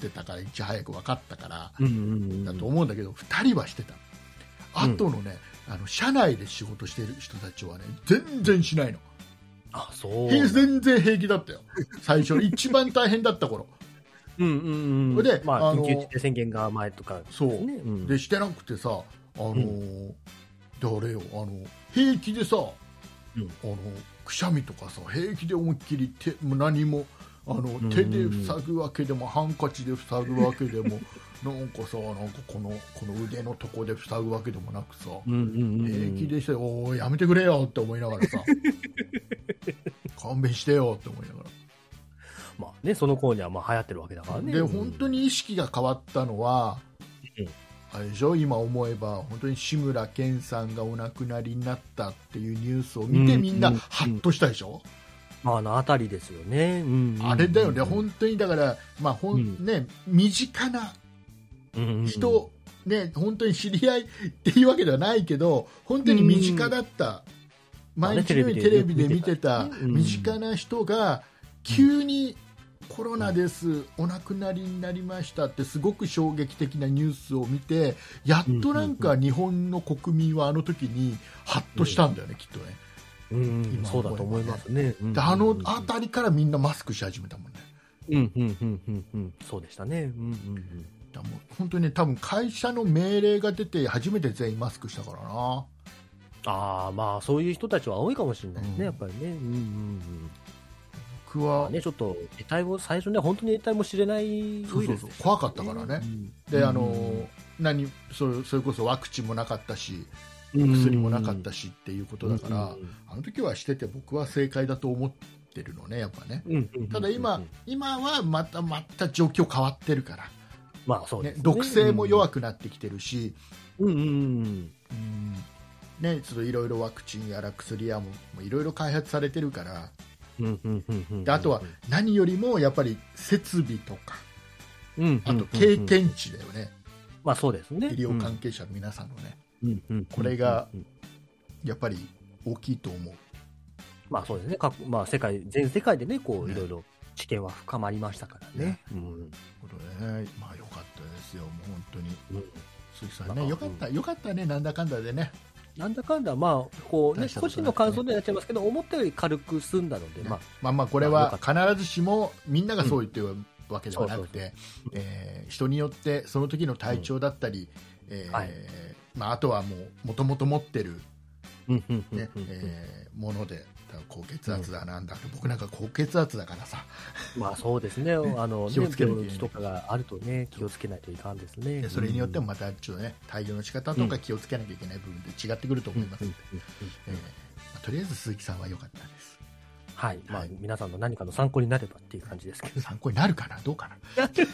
B: てたからいち早く分かったから。だと思うんだけど、2人はしてたあとのね、あの社内で仕事してる人たちはね全然しないの
C: あ、そう。
B: 平全然平気だったよ最初一番大変だった頃
C: うんうんうん。
B: それで
C: まあ、
B: あの
C: 緊急事態宣言が前とか、ね。
B: そう、
C: うん
B: でしてなくてさあのー、であれよあの平気でさ、
C: うん
B: あのくしゃみとかさ平気で思いっきり手もう何もあの
C: ん
B: 手で塞ぐわけでもハンカチで塞ぐわけでも なんかさなんかこのこの腕のとこで塞ぐわけでもなくさ、
C: うんうんうん。
B: 平気でして、おお、やめてくれよって思いながら さ、勘弁してよって思いなが
C: まあね、その頃にはまあ流行ってるわけだから
B: ら、
C: ね。
B: で本当
C: に。
B: に意識が変わったのは
C: うん、
B: あれでしょ、今思えば、本当に志村けんさんがお亡くなりになったっていうニュースを見て、
C: うん
B: みんな、
C: うん
B: はっとしたでしょ、
C: まあ、あのあたりですよね。うんうんうん
B: あれだよね、本当にだから、まあほん
C: うん
B: ね、身近な
C: うんうんうん
B: 人、ね、本当に知り合いっていうわけではないけど、本当に身近だった、
C: まあね
B: 毎日のように
C: テ
B: テ
C: レ
B: レ
C: ビ
B: ビ
C: で
B: で見てた
C: うん
B: 身近な人が、急にコロナです、お亡くなりになりましたって、すごく衝撃的なニュースを見て、やっとなんか日本の国民はあの時に、はっとしたんだよね、きっとね。
C: うん
B: 今
C: そうだと思いますね。
B: であの
C: うん
B: 辺りからみんなマスクし始めたもんね
C: うんうんうんうんうんそうでしたね。うんうんうん。
B: だからもう本当にね多分会社の命令が出て初めて全員マスクしたからな
C: ああまあそういう人たちは多いかもしれないですね、
B: うん
C: やっぱりね。うんうんうん。
B: 僕は
C: まあねちょっと得体を最初ね本当に得体も知れない
B: そう
C: ウイ
B: そ
C: ル
B: う
C: ス
B: そう
C: でした
B: 怖かったからね、であの何それそれこそワクチンもなかったし薬もなかった
C: し
B: しっていうことだから、あの時はしてて僕は正解だと思ってるのねやっぱねただ今、今はまたまた状況変わってるから、
C: まあそう
B: ね
C: ですね
B: 毒性も弱くなってきてるし、
C: うんうんうん
B: うんね、ちょっといろいろワクチンやら薬やもいろいろ開発されてるから
C: うんうんうんうん
B: であとは何よりもやっぱり設備とか
C: うんうんうん
B: あと経験値だよね、
C: まあそうですね
B: 医療関係者の皆さんのね、
C: うんうんうん
B: これが
C: うんうん
B: やっぱり大きいと思う。
C: まあそうですね各まあ世界全世界でねこう
B: ね
C: いろいろ知見は深まりましたからね
B: ね
C: うん
B: ことでね、まあ良かったですよ、もう本当に。
C: うん
B: 鈴木さん
C: ま
B: ね、
C: あ
B: 良かった、良かったね、なんだかんだでね。
C: なんだかんだまあこう
B: 大
C: ね
B: した
C: 個
B: ことないですね
C: 人の感想にはなっちゃいますけど思ったより軽く済んだので
B: ね
C: まあ
B: まあまあ、これ
C: まあ良
B: は
C: か
B: 必ずしもみんながそう言ってるわけではなくて
C: そうそうそう、
B: えー人によってその時の体調だったり、えー
C: はい
B: まああとはもう元々持ってる
C: うんうんうん
B: ね、
C: うんうん
B: えーもので。高血圧だなんだ、僕なんか高血圧だからさ、
C: まあそうですね、あの、ね、
B: 気をつけなきゃいけない
C: 病気とかがあるとね、気をつけないといかんですね。
B: でそれによってもまたちょっとね、対応の仕方とか気をつけなきゃいけない部分で違ってくると
C: うん、
B: 思います
C: うん
B: の
C: うん
B: で、えーまあとりあえず鈴木さんは良かったです。
C: はい、ま
B: は
C: あ
B: い、
C: 皆さんの何かの参考になればっていう感じですけど。
B: 参考になるかな、どうかな。だって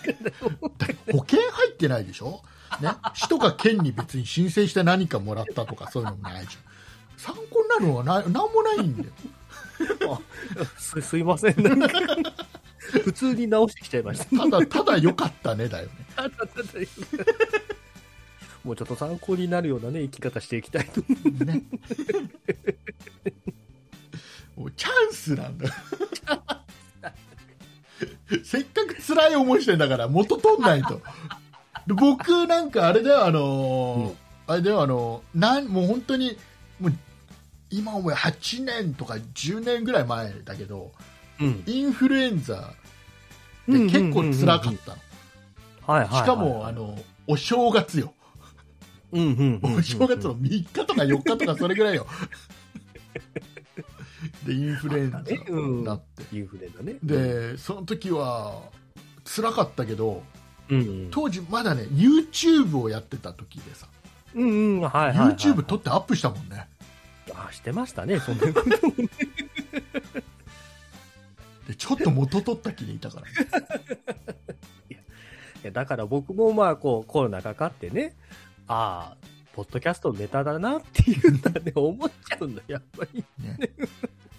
B: 保険入ってないでしょ、ね、市とか県に別に申請して何かもらったとか、そういうのもないじゃん。参考になるのはななんもないんだよ。
C: すすいません、なんか、 普通に直してきちゃいま した。
B: ただ、ただ良かったねだよね。
C: もうちょっと参考になるようなね、生き方していきたいと。
B: ねもうチャンスなんだよ。せっかく辛い思いしてんだから元取んないと。で僕なんかあれだよ、あのー
C: うん
B: あれだよ、あのーなんもう本当にもう今思えば8年とか10年ぐらい前だけど
C: うん。
B: インフルエンザで結構辛かったの。
C: はいはい、はい。
B: しかも、あ、のお正月よ。
C: うんうんうんうん、
B: お正月の3日とか4日とかそれぐらいよ。 で、インフルエンザになって。
C: インフレだね。、
B: で、その時は、辛かったけど、
C: うんうん。
B: 当時まだね、YouTube をやってた時でさ、
C: うんうん、はいはい、はい。
B: YouTube 撮ってアップしたもんね。
C: あ、してましたね、そんなこと。
B: で、ちょっと元取った気でいたからね、
C: いやだから僕もまあこうコロナかかってね、ああ、ポッドキャストネタだなっていうのはね、思っちゃうんだ、やっぱり。
B: ね。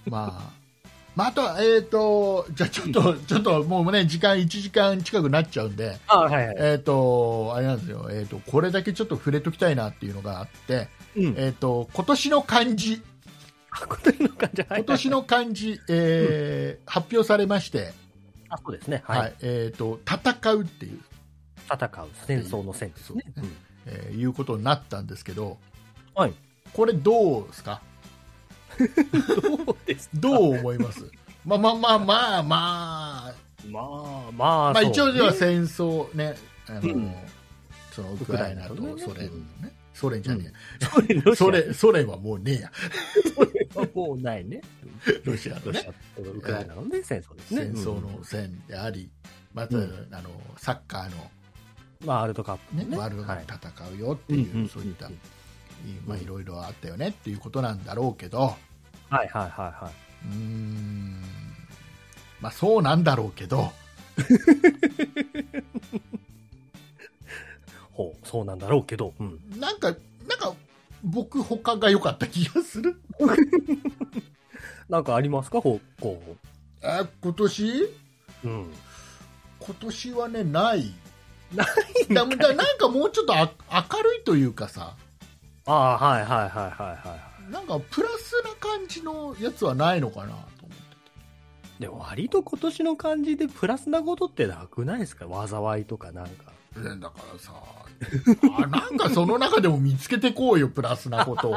B: まあ。まあ、あとは、えっ、と、じゃあちょっと、ちょっともうね、時間1時間近くなっちゃうんで、
C: ああ、はいはい。
B: えっ、と、あれなんですよ、えっ、と、これだけちょっと触れときたいなっていうのがあって、
C: うん。
B: えっ、と、今年の漢字、
C: 今年の感じ、はいはい。
B: 今年の漢字、えー発表されまして、
C: あ、そうですね。は。
B: はいい、えっ、と、戦うっていう、
C: 戦う、戦争の戦ですね。
B: そうねえーいうことになったんですけど、
C: はい。
B: これどうですか
C: うんどうですう
B: どう思いますまあまあまあまあまあ、
C: まあまあ、
B: まあ
C: そう
B: 一応
C: ね
B: では戦争ね、あの、
C: うん
B: そのウクライナと
C: ウクライナ
B: ソ
C: とね
B: 連のね、ソ連じゃね
C: それ、
B: え、
C: ロシア
B: ソ連、ソ連はもうねえや、
C: はもうないね。
B: ロシアの
C: ロシ
B: ね
C: ア、とウクライナのね、戦争ですね。
B: 戦争
C: うん
B: の戦であり、まず、
C: うん
B: あの、サッカーの、
C: まあ、ワールドカップ
B: ね
C: ね。
B: ワールドカッ
C: はい
B: プ戦うよっていう、
C: うんうん
B: そういった、まあ、
C: うん
B: いろいろあったよねっていうことなんだろうけど
C: はいはいはいは
B: うーん、まあ、そうなんだろうけど
C: い。ほう、そうなんだろうけど。 うん。
B: なんかなんか僕他が良かった気がする
C: なんかありますか方向。
B: あ今年
C: うん。
B: 今年はねないだだからなんかもうちょっとあ明るいというかさ
C: ああ、はいはいはいはいは
B: なんかプラスな感じのやつはないのかなと思 って
C: い。でも割と今年の感じでプラスなことってなくないですか災いとかなんか。
B: えーだからさあなんかその中でも見つけてこうよプラスなことを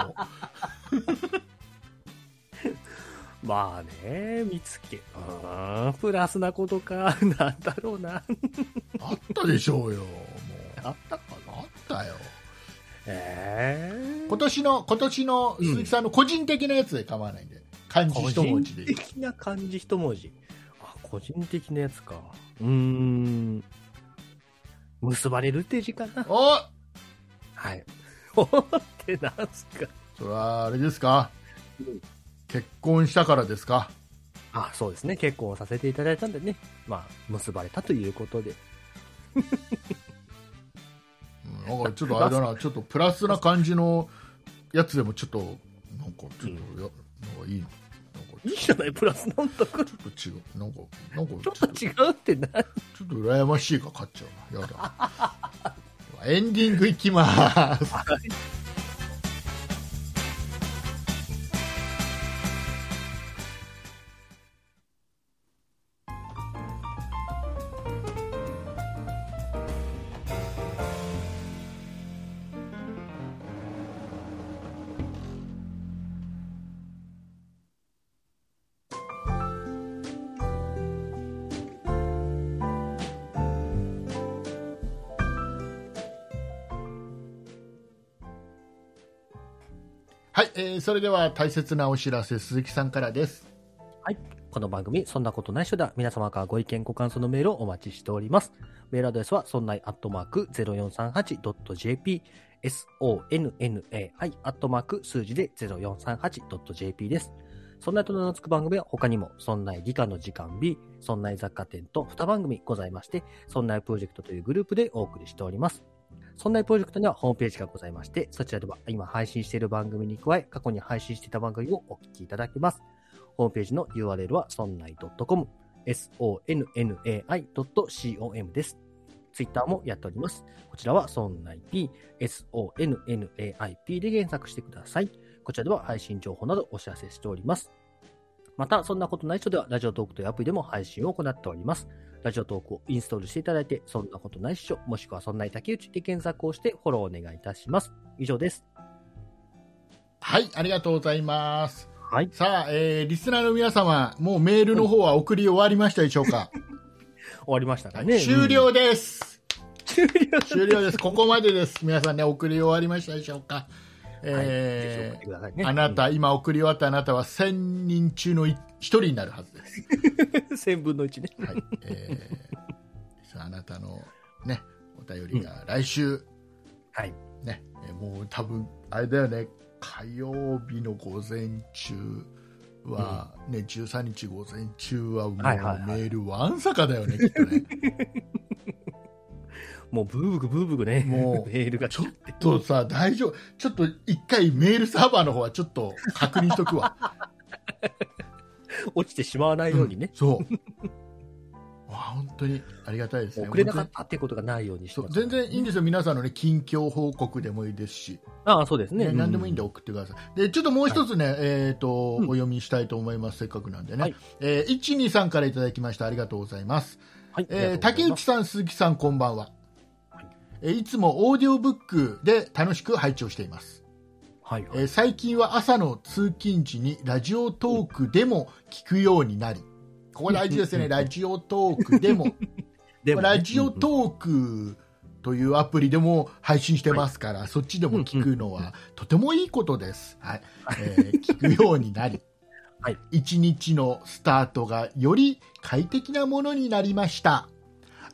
C: まあね、見つけ。あープラスなことか。なんだろうな。
B: あったでしょうよ。もう
C: あったかな
B: あったよ。
C: ええ
B: 今年の今年の鈴木さんの個人的なやつで構わないんで、漢字
C: 個
B: 一文字
C: 人
B: でいい。
C: 的な漢字一文字。あ、個人的なやつか。うーん。結ばれるって字かな。
B: お
C: はい。おってなんすか。
B: それはあれですか
C: うん。
B: 結婚したからですか。
C: あ、そうですね。結婚をさせていただいたんでね。まあ、結ばれたということで。
B: うんなんかちょっとあれだ な、ちょっとプラスな感じのやつでもちょっとなんかちょっとや、なんかいいの。なんか
C: いいじゃない、プラスなんだから。ち
B: ちょっと違う。なんかなんか
C: ょっと違うってな。
B: ちょっと羨ましいか勝っちゃうな。やだ。 エンディングいきます。はい、えーそれでは大切なお知らせ、鈴木さんからです。
C: はい。この番組、そんなことないっしょだ。皆様からご意見、ご感想のメールをお待ちしております。メールアドレスは、そんないアットマーク 0438.jp、sonnai アットマーク数字で 0438.jp です。そんないと名の付く番組は他にも、そんない理科の時間 B、そんない雑貨店と2番組ございまして、そんないプロジェクトというグループでお送りしております。そんないプロジェクトにはホームページがございまして、そちらでは今配信している番組に加え、過去に配信していた番組をお聞きいただけます。ホームページの URL は sonnai.com、sonnai.com です。ツイッターもやっております。こちらは sonnaip、sonnaip で検索してください。こちらでは配信情報などお知らせしております。また、そんなことない人では、ラジオトークというアプリでも配信を行っております。ラジオトークをインストールしていただいて、そんなことないっしょ、もしくはそんない竹内で検索をしてフォローお願いいたします。以上です。
B: はい、ありがとうございます。
C: はい。
B: さあ、えーリスナーの皆様、もうメールの方は送り終わりましたでしょう か。
C: 終わりましたか
B: はい
C: ね。
B: 終
C: うん
B: 了です。
C: 終了
B: 終了です。ここまでです。皆さんね、送り終わりましたでしょうか。
C: はいぜひ送
B: え
C: っ
B: ー
C: てくださいね
B: あなた、今送り終わったあなたは1000人中の1人になるはずです。
C: 1000分の1ね。
B: はい、えーさああなたのね、お便りが来週、
C: はい。
B: ね、えーもう多分、あれだよね、火曜日の午前中は、ね、13日午前中はもうメ
C: はいはいはい
B: ールわんさかだよね、きっとね。
C: もうブーブクブーブクね。
B: もう
C: メールが
B: ちょっとさ、大丈夫。ちょっと一回メールサーバーの方はちょっと確認しとく わ。
C: 落ちてしまわないようにね。
B: そう。 わあ本当にありがたいですね。
C: 遅れなかったっていうことがないようにして
B: そう
C: ます
B: 全然いいんですよ、皆さんの、ね、近況報告でもいいですし、
C: ああ、そうですね。
B: ね、
C: う
B: 何でもいいんで。送ってください。で、ちょっともう一つね、えっ、と、お読みしたいと思います。せっかくなんでね。
C: はい
B: えー、1、2、3からいただきました。ありがとうございます。
C: はい。
B: えー、
C: あり
B: 竹
C: がとうございま
B: 内
C: す
B: さん、鈴木さん、こんばんは
C: はい。
B: えーいつもオーディオブックで楽しく拝聴しています、
C: はい
B: え
C: はい。
B: ー最近は朝の通勤時にラジオトークでも聞くようになり、ここ大事です
C: う
B: ね、
C: んうん
B: ラジオトークでも。
C: でもね
B: ラジオト
C: うん
B: ークというアプリでも配信してますから、そっちでも聞くのはとてもいいことです。はいえー聞くようになり、
C: はい
B: 一日のスタートがより快適なものになりました。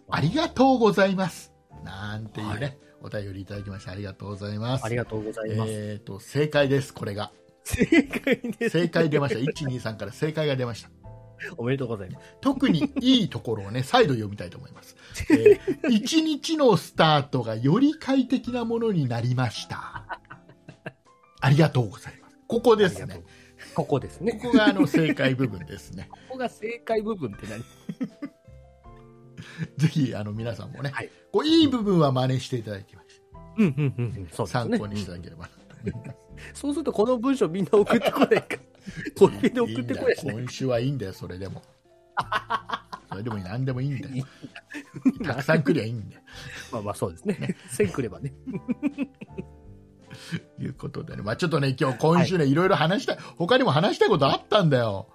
B: ありがとうございます。なんていうね、お便りいただきましてありがとうございます。
C: ありがとうございます。
B: えーと正解です、これが。
C: 正解です。
B: 正解出ました。1、2、3から正解が出ました。
C: おめでとうございます。
B: 特にいいところ をね、再度読みたいと思います。えー一日のスタートがより快適なものになりました。ありがとうございます。ここです
C: ありが
B: ね
C: と。うここですね。
B: ここがあの正解部分です ね。
C: ここが正解部分って何
B: ぜひあの皆さんもね、
C: はい
B: こういい部分は真似していただきまし
C: うんうんうんうん。そ
B: た。
C: うで
B: 参
C: す
B: 考
C: ね。
B: にしていただければなと思います。
C: そうするとこの文章みんな送ってこ ないから。これで送ってこないし
B: いいんだよ
C: ね。
B: 今週はいいんだよ、それでも。それでもいい何でもいいんだよ。たくさん来りゃいいんだよ。
C: まあまあそうですね。1000くればね。
B: ということでね、まあ、ちょっとね、今日今週ね、いろいろ話したい、他にも話したいことあったんだよ。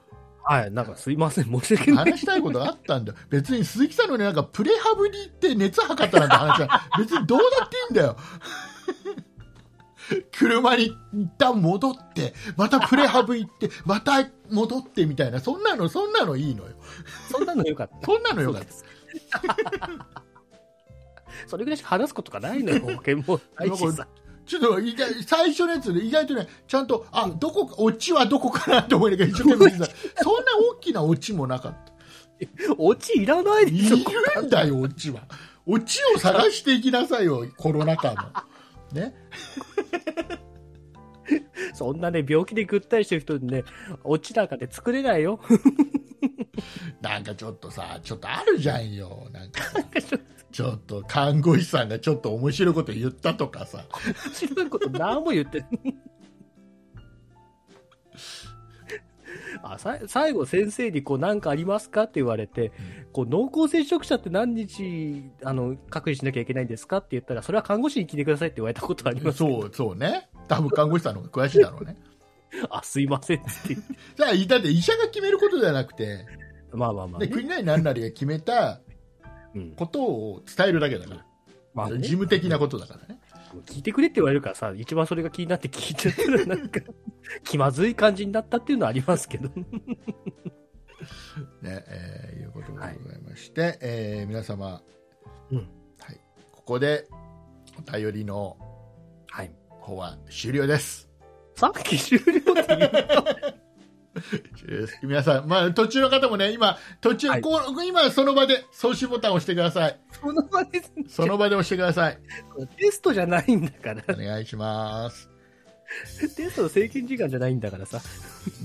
C: はい、なんかすいません、申し訳ない。
B: 話したいことがあった んだよ。別に鈴木さんのね、なんかプレハブに行って熱測ったなんて話 は、別にどうだっていいんだよ。車に一旦戻って、またプレハブ行って、また戻ってみたいな、そんなの、そんなのいいのよ。
C: そんなのよかった。
B: そんなのよかった。
C: それぐらいしか話すことがな いのよ、保険も。
B: あのこれちょっと意外最初のやつで意外とね、ちゃんと、あ、どこか、オチはどこかなと思いながら一生懸命見てたそんな大きなオチもなかった。
C: オチいらないで
B: い
C: しょ。
B: るんだよ、オチは。オチを探していきなさいよ、コロナ禍の。ね。
C: そんなね、病気でぐったりしてる人にね、オチなんかで作れないよ。
B: なんかちょっとさ、ちょっとあるじゃんよ。なんかさちょっと看護師さんがちょっと面白いこと言ったとかさ、
C: 知らんこと何も言ってないあさい最後先生にこう何かありますかって言われて、こう濃厚接触者って何日あの隔離しなきゃいけないんですかって言ったらそれは看護師に聞いてくださいって言われたことあります
B: そう、そうね。多分看護師さんの方が詳しいだろうね。
C: あすいませんって言って
B: じゃあ、だって医者が決めることじゃなくて、
C: まあまあまあ、
B: で
C: ね
B: 国なり何なりが決めた
C: うん
B: ことを伝えるだけだから。
C: まあね
B: 事務的なことだからね。
C: 聞いてくれって言われるからさ一番それが気になって聞いちゃったらなんか 気まずい感じになったっていうのはありますけど
B: ね、えーいうことでございまして、えー皆様、
C: うん
B: はい、ここでお便りの
C: はい
B: 方は終了です。
C: さっき終了って言う
B: 終了です皆さん、まあ、途中の方もね、今、途中、
C: はい
B: こう今その場で送信ボタンを押してください。
C: その場です
B: その場で押してください。
C: テストじゃないんだから
B: お願いし ます。
C: テストの制限時間じゃないんだからさ、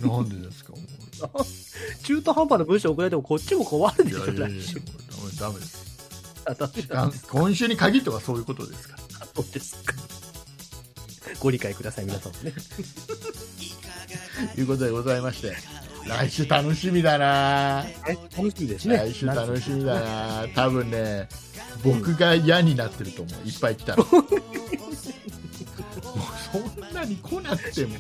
B: なんでですか、も
C: 中途半端な文章送られてもこっちも困る
B: う。
C: で
B: い
C: しょ、
B: やいやいや、もう
C: 来週
B: ダメダメです。
C: あダメ
B: あ
C: だ
B: の今週に限ってはそういうことですから。
C: そうですか。ご理解ください、皆さんもね。
B: ということでございまして、来週楽しみだな
C: 楽しみですね。
B: 来週楽しみだな、多分ね、僕が嫌になってると思う、いっぱい来 たら。もうそんなに来なくても、も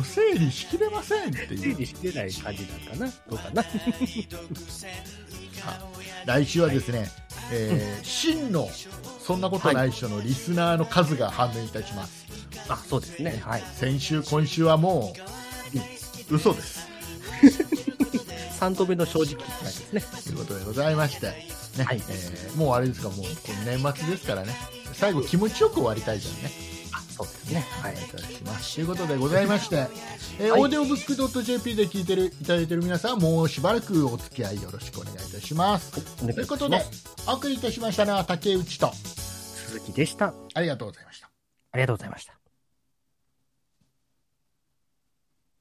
B: う整理しきれませんって
C: 整
B: いう、
C: 理してない感じなんかなどうかな
B: 来週はですね、えー真のそんなことないっしょのリスナーの数が判明いたします。
C: あ、そうですね。はい。
B: 先週、今週はもう、うん嘘です。
C: 3度目の正直回ですね。
B: ということでございまして、ね
C: はい
B: えーもうあれですか、もうこの年末ですからね、最後、気持ちよく終わりたいじゃんね。
C: あ、そうですね。はい。
B: いたしますということでございまして、えー
C: はい
B: オーディオブックドット JP で聞いてるいただいてる皆さんもうしばらくお付き合いよろしくお願いいたします。
C: と
B: ということで、お送りいたしましたのは竹内と
C: 鈴木でした。
B: ありがとうございました。
C: ありがとうございました。